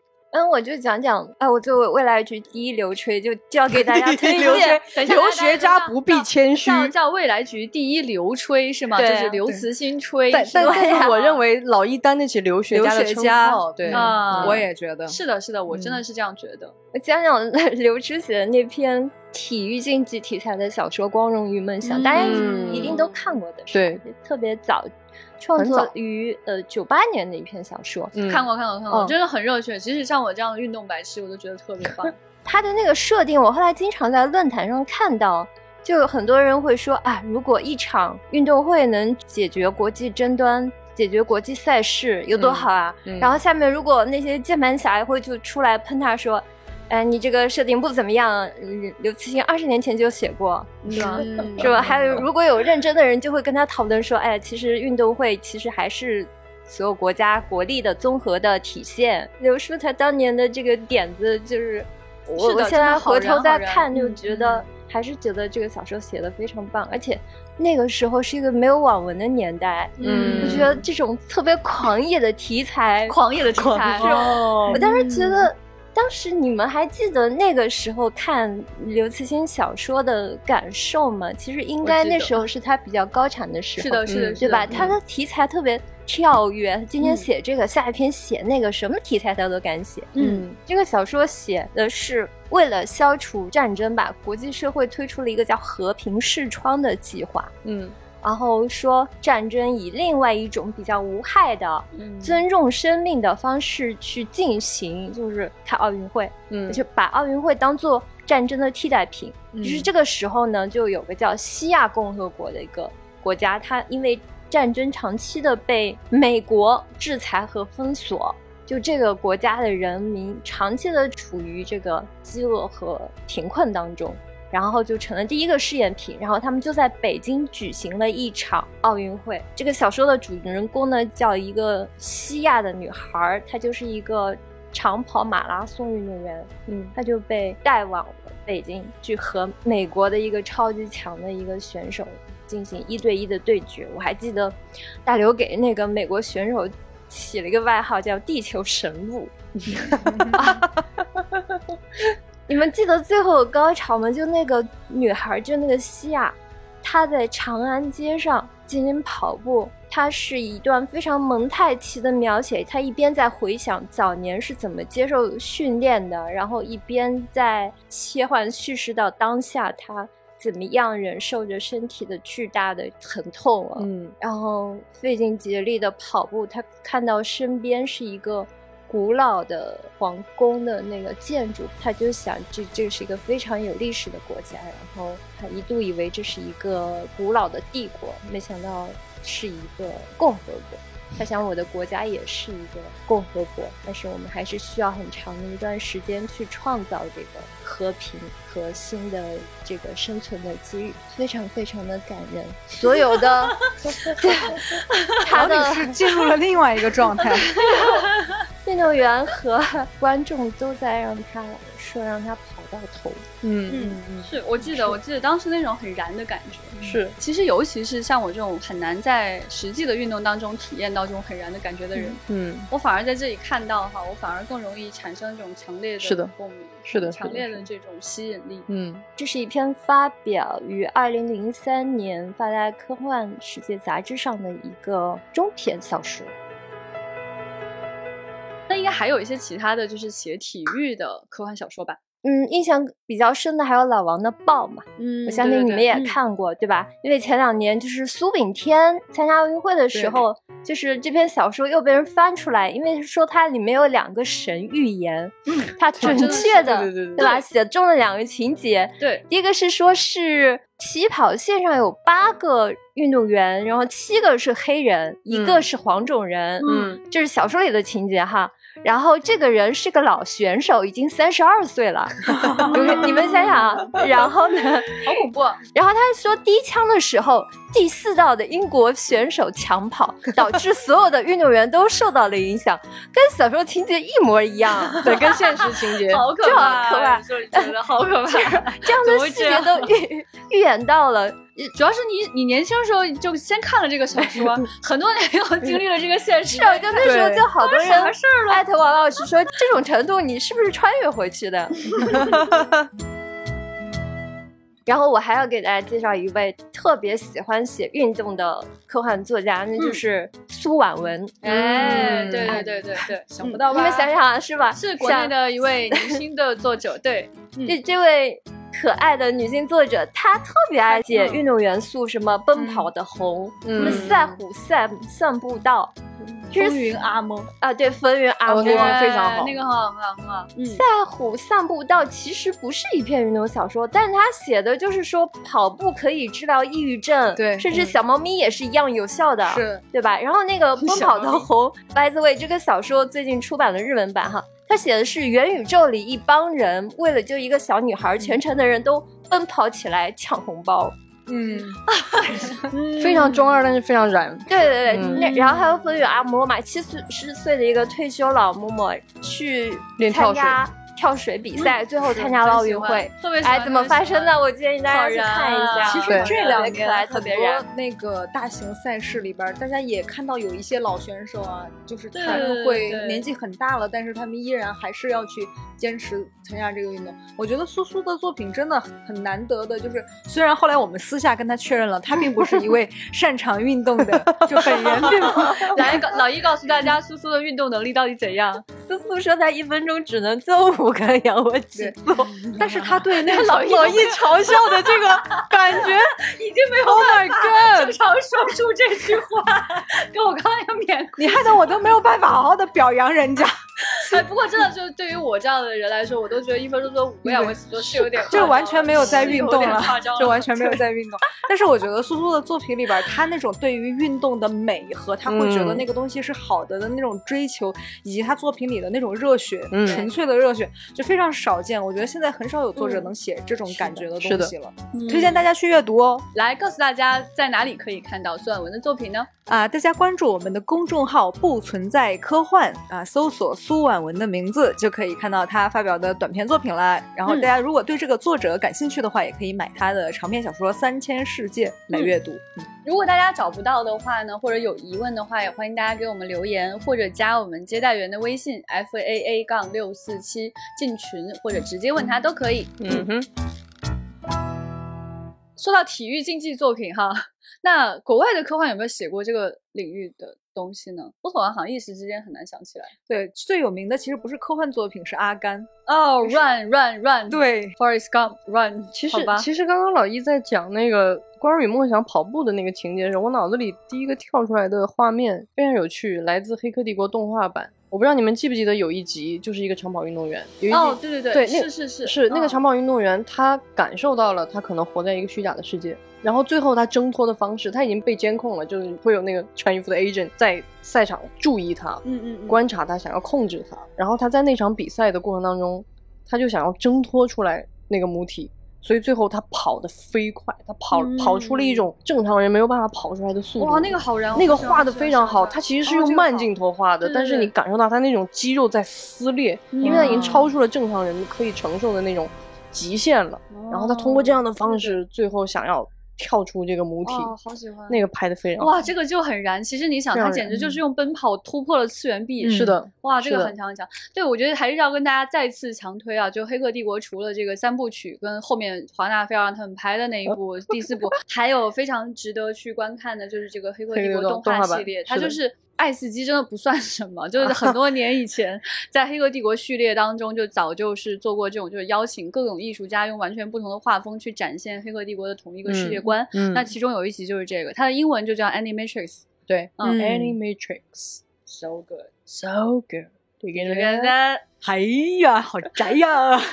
我就讲讲，哎，我作为未来局第一流吹，就就要给大 家 推
留
荐。
等一下
留学家不必谦虚，
叫叫未来局第一刘吹是吗？
对
就是刘慈欣吹，
但但
吧
但是我认为老一丹那起留学
留
家的
学
称
家
号，对，
啊
嗯
我也觉得，
是的，是的，我真的是这样觉得。
我讲讲刘知写的那篇体育竞技题材的小说《光荣与梦想》，大家
嗯
一定都看过的，
对
是吧，特别早，创
很
作
早
于呃九八年的一篇小说。
嗯
看过，看过，看过，
嗯
真的很热血。即使像我这样的运动白痴，我都觉得特别 棒。
它的那个设定，我后来经常在论坛上看到，就有很多人会说啊，如果一场运动会能解决国际争端。解决国际赛事有多好啊！
嗯嗯
然后下面如果那些键盘侠会就出来喷他说：“哎，你这个设定不怎么样。嗯刘慈欣二十年前就写过，是吧？
嗯
是吧？还有，如果有认真的人，就会跟他讨论说，哎，其实运动会其实还是所有国家国力的综合的体现。刘舒他当年的这个点子，就是我
是的
我
真
现在
的好
回头
燃
再
好燃嗯
看，就觉得还是觉得这个小说写的非常棒，而且那个时候是一个没有网文的年代，
嗯
我觉得这种特别狂野的题材，
狂野的题材，
哦
我当时觉得，当时你们还记得那个时候看刘慈欣小说的感受吗？其实应该
我记得
那时候是他比较高产的时候，
是的，是的，嗯
嗯
是
对吧？
的
他的题材特别跳跃，今天写这个，下一篇写那个，什么题材他都敢写。
嗯，
这个小说写的是为了消除战争吧，国际社会推出了一个叫“和平视窗”的计划，
嗯
然后说战争以另外一种比较无害的、
嗯
尊重生命的方式去进行，就是开奥运会，
嗯，
就把奥运会当做战争的替代品。就是这个时候呢，就有个叫西亚共和国的一个国家，它因为战争长期的被美国制裁和封锁，就这个国家的人民长期的处于这个饥饿和贫困当中。然后就成了第一个试验品，然后他们就在北京举行了一场奥运会。这个小说的主人公呢，叫一个西亚的女孩儿，她就是一个长跑马拉松运动员，
嗯
她就被带往了北京去和美国的一个超级强的一个选手进行一对一的对决。我还记得大刘给那个美国选手起了一个外号叫“地球神物”。你们记得最后有高潮吗？就那个女孩，就那个西亚，她在长安街上进行跑步，她是一段非常蒙太奇的描写。她一边在回想早年是怎么接受训练的，然后一边在切换叙事到当下，她怎么样忍受着身体的巨大的疼痛啊，
嗯
然后费尽竭力的跑步。她看到身边是一个。古老的皇宫的那个建筑，他就想这这是一个非常有历史的国家，然后他一度以为这是一个古老的帝国，没想到是一个共和国。他想我的国家也是一个共和国，但是我们还是需要很长的一段时间去创造这个和平和新的这个生存的机遇，非常非常的感人。所有 的他的
老李是进入了另外一个状态，
运动员和观众都在让他说让他跑到头。
嗯
嗯，是我记得，我记得当时那种很燃的感觉。
是
其实，尤其是像我这种很难在实际的运动当中体验到这种很燃的感觉的人，
嗯
我反而在这里看到哈，我反而更容易产生这种强烈
是的
共鸣，
是的是的
强烈的
是的
这种吸引力。
嗯
这是一篇发表于二零零三年《发在科幻世界》杂志上的一个中篇小说。
那应该还有一些其他的就是写体育的科幻小说吧？
嗯，印象比较深的还有老王的《豹》嘛，
嗯
我相信你们也看过，对吧？因为前两年就是苏炳添参加奥运会的时候，就是这篇小说又被人翻出来，因为说它里面有两个神预言，它准
真的是
确的，
对对对对
吧？写中了两个情节，
对，
第一个是说是起跑线上有八个运动员，然后七个是黑人，一个是黄种人，
嗯，
这是小说里的情节哈。然后这个人是个老选手，已经三十二岁了， 你们你们想想啊。然后呢，
好恐怖啊！
然后他说第一枪的时候，第四道的英国选手 抢跑，导致所有的运动员都受到了影响，跟小说情节一模 一样。
对，跟现实情 节
好可
这
怕，
好可怕
就是觉得好可怕。
这样
怎
的
么会
细
这
节
样
都预预演到了，
主要是你，你年轻的时候就先看了这个小 说，很多年以后经历了这个现实
是，啊，就那时候
对
就好多人
啥事儿
艾特王老师说，这种程度你是不是穿越回去的？ 然后我还要给大家介绍一位特别喜欢写运动的科幻作家，那就是苏婉文。
嗯哎，
嗯
对对对对对，想不到吧？
你们想想啊是吧？
是国内
像
的一位年轻的作者，对，
这这位可爱的女性作者，她特别爱写运动元素，什么奔跑的红，什么
嗯
赛虎散散步道，这
风
是
云阿蒙，
啊，对，风云阿
哦
嬷
那个非常好
那个很好很好很好，嗯，
《赛虎散步道》其实不是一篇运动小说，但它写的就是说跑步可以治疗抑郁症，
对
甚至小猫咪也是一样有效的，
是
对吧？然后那个《奔跑
小猫
的
咪
红》，by the way，这个小说最近出版了日文版哈，他写的是元宇宙里一帮人为了就一个小女孩，全城的人都奔跑起来抢红包。
嗯，
嗯
非常中二，但是非常燃。
对对对，
嗯
那然后还有风雨阿嬷嘛，七十十岁的一个退休老嬷嬷去
练
参
跳
加跳水比赛，最后
嗯是
参加了奥运会。，
特别喜欢
哎，怎么发生的？？我建议大家去
好燃啊
看一下。
其实
对
这两
特别
年
可爱，特
啊很
别
多
燃。
那个大型赛事里边儿，大家也看到有一些老选手啊，就是
对
他们
对
会
对
年纪很大了，但是他们依然还是要去坚持参加这个运动。我觉得苏苏的作品真的很难得的，就是虽然后来我们私下跟他确认了，他并不是一位擅长运动的，就本人并不。
来告老一告诉大家苏苏的运动能力到底怎样？
苏苏说他一分钟只能做五个仰卧起坐，
但是他对那个
老一老一
嘲笑的这个感觉已经没有 Oh my god！
常说出这句话，跟我刚刚有 免
你害得我都没有办法好好的表扬人家，
哎，不过真的就是对于我这样的人来说，我都觉得一分钟做五个仰卧起坐是有点夸张
这
了，
完全没有在运动
是有
了
点夸张，
这完全没有在运动。但是我觉得苏苏的作品里边儿，他那种对于运动的美和他会觉得
嗯
那个东西是好的的那种追求，以及他作品里的那种热血，
嗯
纯粹的热血，就非常少见。我觉得现在很少有作者能写这种感觉的
是的
东西了，
嗯
推荐大家去阅读哦。
来告诉大家在哪里可以看到苏婉文的作品呢？
啊，大家关注我们的公众号“不存在科幻”啊，搜索苏婉文的名字就可以看到她发表的短篇作品啦。然后大家如果对这个作者感兴趣的话，也可以买她的长篇小说《三千世界》来阅读。嗯
如果大家找不到的话呢，或者有疑问的话，也欢迎大家给我们留言，或者加我们接待员的微信 f a a 杠六四七进群，或者直接问他都可以。
嗯哼，
说到体育竞技作品哈， 那国外的科幻有没有写过这个领域的东西呢？我好像好像一时之间很难想起来。
对，最有名的其实不是科幻作品，是《阿甘》。
哦、r u n Run Run，
对，
，Forest Gump Run，
其实
好吧，
其实刚刚老一在讲那个《关于与梦想跑步》的那个情节的时候，我脑子里第一个跳出来的画面非常有趣，来自《黑客帝国》动画版。我不知道你们记不记得有一集就是一个长跑运动员，有一集、
哦，对对
对那
是是是
是那个
嗯
长跑运动员，他感受到了他可能活在一个虚假的世界，然后最后他挣脱的方式，他已经被监控了，就是会有那个穿衣服的 agent 在赛场注意他，
嗯嗯嗯，
观察他，想要控制他。然后他在那场比赛的过程当中，他就想要挣脱出来那个母体，所以最后他跑得飞快，他跑、
嗯
跑出了一种正常人没有办法跑出来的速度。
哇，那个好燃，
那个
我想
画的
是
非
是
常好，
是
它其实是
哦
用
这个
慢
好
镜头画的，
对对
但是你
对
感受到它那种肌肉在撕裂，因为它已经
嗯
超出了正常人可以承受的那种极限了。
哦
然后他通过这样的方式，最后想要跳出这个母体，
哦，好喜欢
那个拍的非常好。
哇，这个就很燃。其实你想，
非
他
常
简直
燃
就是用奔跑突破了次元壁。
是的，
哇，这
是
个
的
很强很强。对，我觉得还是要跟大家再次强推啊，就《黑客帝国》除了这个三部曲，跟后面华纳非要让他们拍的那
嗯
一部第四部，还有非常值得去观看的，就是这个《黑客
黑
帝
客
国》
帝国
动
动画
系
版
列，
是
它就
的
是。 爱斯基真的不算什么，就是 很多年以前，在《黑客帝国》序列当中，就早就是做过这种，就是邀请各种艺术家用完全不同的画风去展现《黑客帝国》的同一个世界
嗯
观。
嗯
那其中有一集就是这个，它的英文就叫 Animatrix。
对
啊
嗯
哎
，Animatrix
，so good。
so good，对给
原
人
来
哎呀，好宅呀！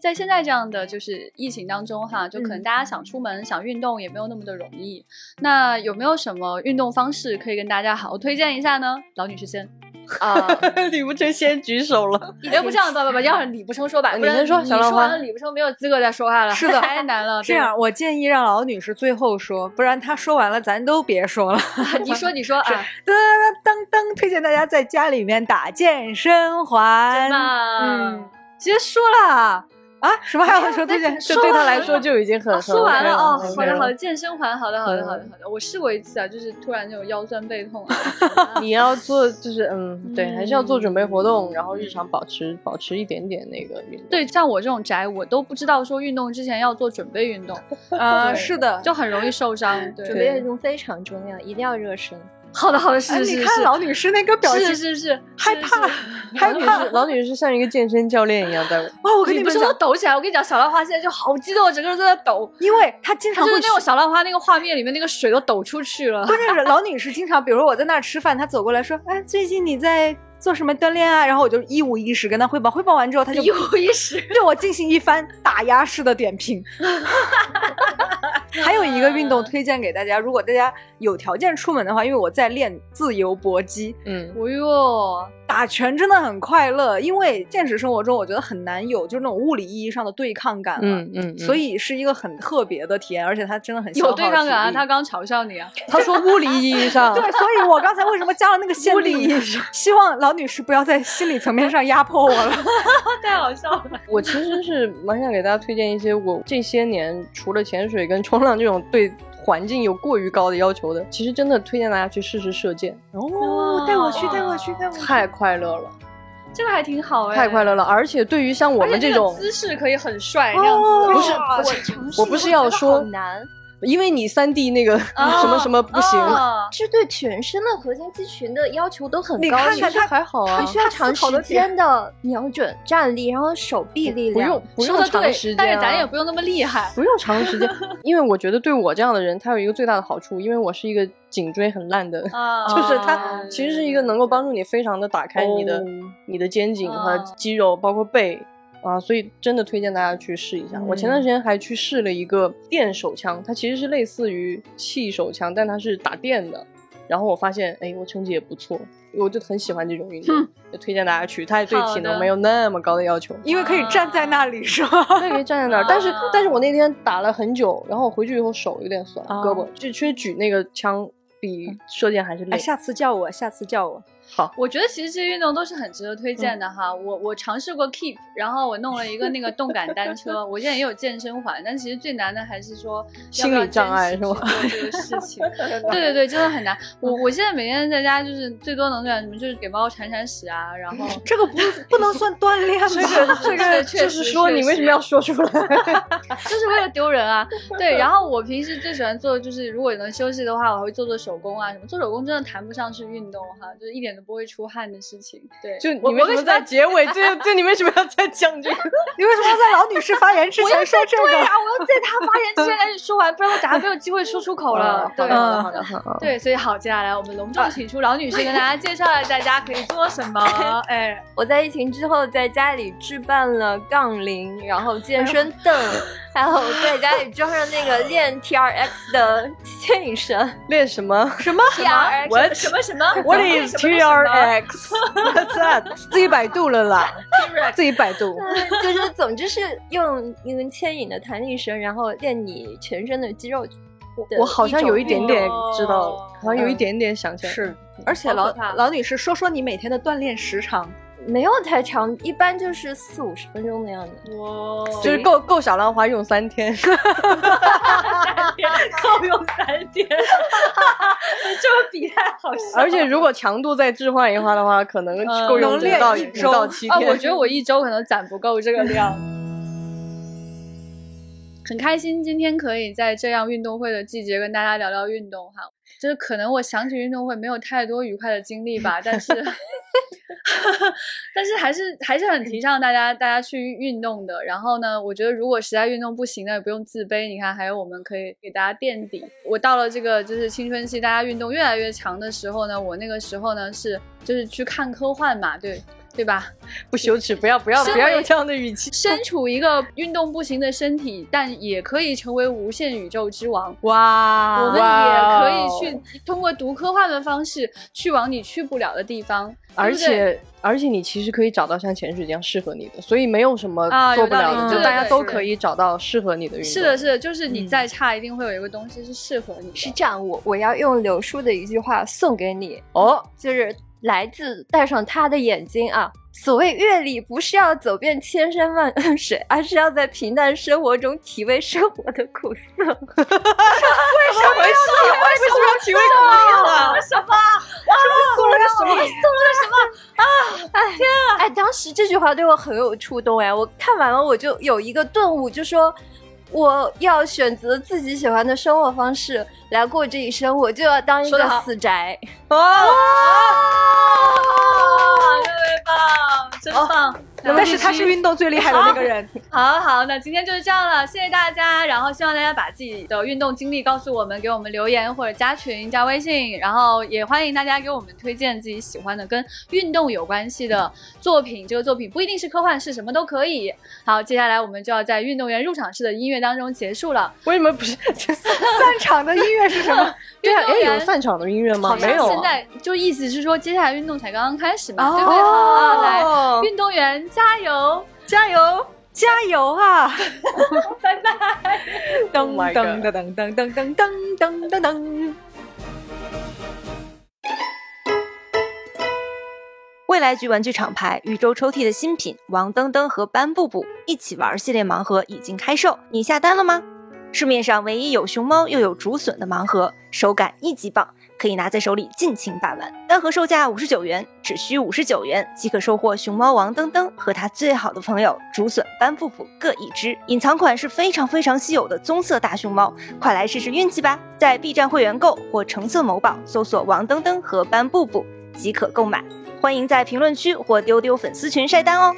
在现在这样的就是疫情当中哈，就可能大家想出门、想运动也没有那么的容易。那有没有什么运动方式可以跟大家好好推荐一下呢？老女士先，
啊，
李不成先举手了，
哎，不这样吧，不不，要是李不生说吧，
你
不然
先说
你
小浪
说完
花
了，李不生没有资格再说话了，
是啊的
太难了。
这
对
样，我建议让老女士最后说，不然她说完了，咱都别说了。
你说你说啊，
噔噔噔噔，推荐大家在家里面打健身环。
真的啊
嗯，结束啦！啊，什么还要说推荐？
这对他来说就已经很
啊，说完了哦，好的好。
很 OK
的，健身环，好的好的好的
嗯
好的，我试过一次啊，就是突然那种腰酸背痛啊。
你要做就是嗯，对，还是要做准备活动，然后日常保持保持一点点那个运动。
对，像我这种宅，我都不知道说运动之前要做准备运动，
啊，
对
是的，
就很容易受伤。对，
准备运动非常重要，一定要热身。
好的好的，是
哎
是是，
你看老女士那个表情
是是是
害怕
老女士，老女士像一个健身教练一样在
哇！我
我
跟你
不
们
是
讲
都，抖起来，我跟你讲，小浪花现在就好激动，整个人都在抖。
因为她经
就
常
是
会
那种小浪花那个画面里面那个水都抖出去了，
关键是老女士经常，比如说我在那儿吃饭，她走过来说：“哎，最近你在做什么锻炼啊？”然后我就一五一十跟她汇报，汇报完之后，她就
一五一十。
对我进行一番打压式的点评。还有一个运动推荐给大家，如果大家有条件出门的话，因为我在练自由搏击，
嗯，
哦哟，
打拳真的很快乐，因为现实生活中我觉得很难有就是那种物理意义上的对抗感了、
嗯嗯，
所以是一个很特别的体验，而且它真的很消
有
耗
对抗感啊！
体力
他刚嘲笑你 啊，
他说物理意义上，
对，所以我刚才为什么加了那个限定？ 希望老女士不要在心理层面上压迫我了。
太好笑了。
我其实是蛮想给大家推荐一些我这些年除了潜水跟冲浪这种对环境有过于高的要求的，其实真的推荐大家去试试射箭，
哦带我去，带我去，带我去！
太快乐了，
这个还挺好哎，
太快乐了！而且对于像我
而且
们
这
这
个
种，哦
姿势可以很帅，这样子
不是
我尝试
我不是
过
要
觉得好
说
难，
因为你三 D 那个什么什么不行，
哦
这对全身的核心肌群的要求都很
你
高，
看
你
看
是
他
还好啊
必，须要
他思
长
考的
时
点
间的瞄准、站立，然后手臂力
不
量。
用不
说
用
的
长时
对，但
间、啊，
是咱也不用那么厉害。
不用长时间，因为我觉得对我这样的人，他有一个最大的好处，因为我是一个颈椎很烂的，
啊，
就是它其实是一个能够帮助你非常的打开你的、你的肩颈和
哦
肌肉，包括背啊，所以真的推荐大家去试一下。我前段时间还去试了一个电手枪，它其实是类似于气手枪，但它是打电的。然后我发现，哎，我成绩也不错，我就很喜欢这种运动，也推荐大家去。它也对
好
体
的
能没有那么高的要求，
因为可以站在那里是吧？
对，可以站在那儿。但是，但是我那天打了很久，然后我回去以后手有点酸，
啊
胳膊就确实举那个枪比射箭还是累。
哎，下次叫我，下次叫我。
我觉得其实这些运动都是很值得推
嗯
荐的哈。我我尝试过 Keep，然后我弄了一个那个动感单车，我现在也有健身环，但其实最难的还是说要不
心
要
理障碍
坚持
是吗
去做这个事情，对对对，真的很难。我我现在每天在家就是最多能干什么，就是给猫铲铲屎啊，然后
这个 不不能算锻炼吧？
这个确
就
实
是说，你为什么要说出 来？
就是为了丢人 啊。对，然后我平时最喜欢做的就是，如果能休息的话，我还会做做手工啊什么。做手工真的谈不上是运动哈，就是一点都不会出汗的事情。对，
就
我
你
我
为
为
什
什
么
么
在结尾？就就你为什么要再讲这个？
你为什么要在老女士发言之前说这
对
个？
啊，我要在他发言之前赶紧说完，不然我等下没有机会说出口了。对。
哦好的好的好的。好的
对，所以好，接下来我们隆重请出老女士跟大家介绍一下大家可以做什 么。哎，
我在疫情之后在家里置办了杠铃，然后健身凳，还有在家里装上那个练 T R X 的牵引绳。
练什么
T R X
什么什么
？What is T R X? What's that？自己百度了啦，自己百度。
就是总之是用一根牵引的弹力绳，然后练你全身的肌肉的种运动。
我好像有一点点知道了
哦，
好像有一点点想起来。
是，而且
好可
老
怕
老女士说说你每天的锻炼时长，
没有太长，一般就是四五十分钟的样子。
哇，
就是够够小浪花用三天，
够用三天，这个比赛好笑
而且如果强度再置换一换的话，可能
嗯
够用
能
五
练
到
一
五
周
到七
啊，
天。
我觉得我一周可能攒不够这个量。 很开心今天可以在这样运动会的季节跟大家聊聊运动哈，就是可能我想起运动会没有太多愉快的经历吧，但 是 但是还是还是很提倡大家大家去运动的。然后呢，我觉得如果实在运动不行呢，也不用自卑。你看，还有我们可以给大家垫底。我到了这个就是青春期，大家运动越来越强的时候呢，我那个时候呢是就是去看科幻嘛，对对吧？
不羞耻，不要不要
身
不要
为
用这样的语气。
身处一个运动不行的身体，但也可以成为无限宇宙之王。
啊
哇
我们也
哦
可以去通过读科幻的方式去往你去不了的地方，
而
对不对
且而且你其实可以找到像潜水这样适合你的，所以没有什么
啊
做
有
不
道
了
理
的，
对
就
对
大家
对
都
是
可以找到适合你的运动。
是的，是的，就是你
嗯
再差，一定会有一个东西是适合你的。
是这样，我我要用柳树的一句话送给你，
哦，
就是来自戴上他的眼睛啊。所谓阅历，不是要走遍千山万 水，而是要在平淡生活中体味生活的苦涩。
什么为什么要体味
哦
苦涩了？
哎，当时这句话对我很有触动哎，我看完了我就有一个顿悟，就说我要选择自己喜欢的生活方式，来过这一生，我就要当一
说得
个
好
死宅。
哦，各位棒，真棒！
但是他是运动最厉害的那个人。
好好，那今天就是这样了，谢谢大家。然后希望大家把自己的运动经历告诉我们，给我们留言或者加群、加微信。然后也欢迎大家给我们推荐自己喜欢的跟运动有关系的作品。这个作品不一定是科幻，是什么都可以。好，接下来我们就要在运动员入场式的音乐当中结束了。
为什么 不是？
散场的音乐是什么？
对啊，
运动
哎，有
员
散场的音乐吗？
好
没
像
有
现
啊。
在就意思是说，接下来运动才刚刚开始嘛，对不对？
哦
好，来，运动员加油！
加油，加油啊！
拜拜。
噔
，Oh my
噔
God
噔噔噔噔噔噔噔噔。
未来局玩具厂牌宇宙抽屉的新品王登登和班布布一起玩系列盲盒已经开售，你下单了吗？市面上唯一有熊猫又有竹笋的盲盒，手感一级棒，可以拿在手里尽情把玩。单盒售价五十九元，只需五十九元即可收获熊猫王登登和他最好的朋友竹笋班布布各一只。隐藏款是非常非常稀有的棕色大熊猫，快来试试运气吧！在 B 站会员购或橙色某宝搜索王登登和班布布即可购买。欢迎在评论区或丢丢粉丝群晒单哦。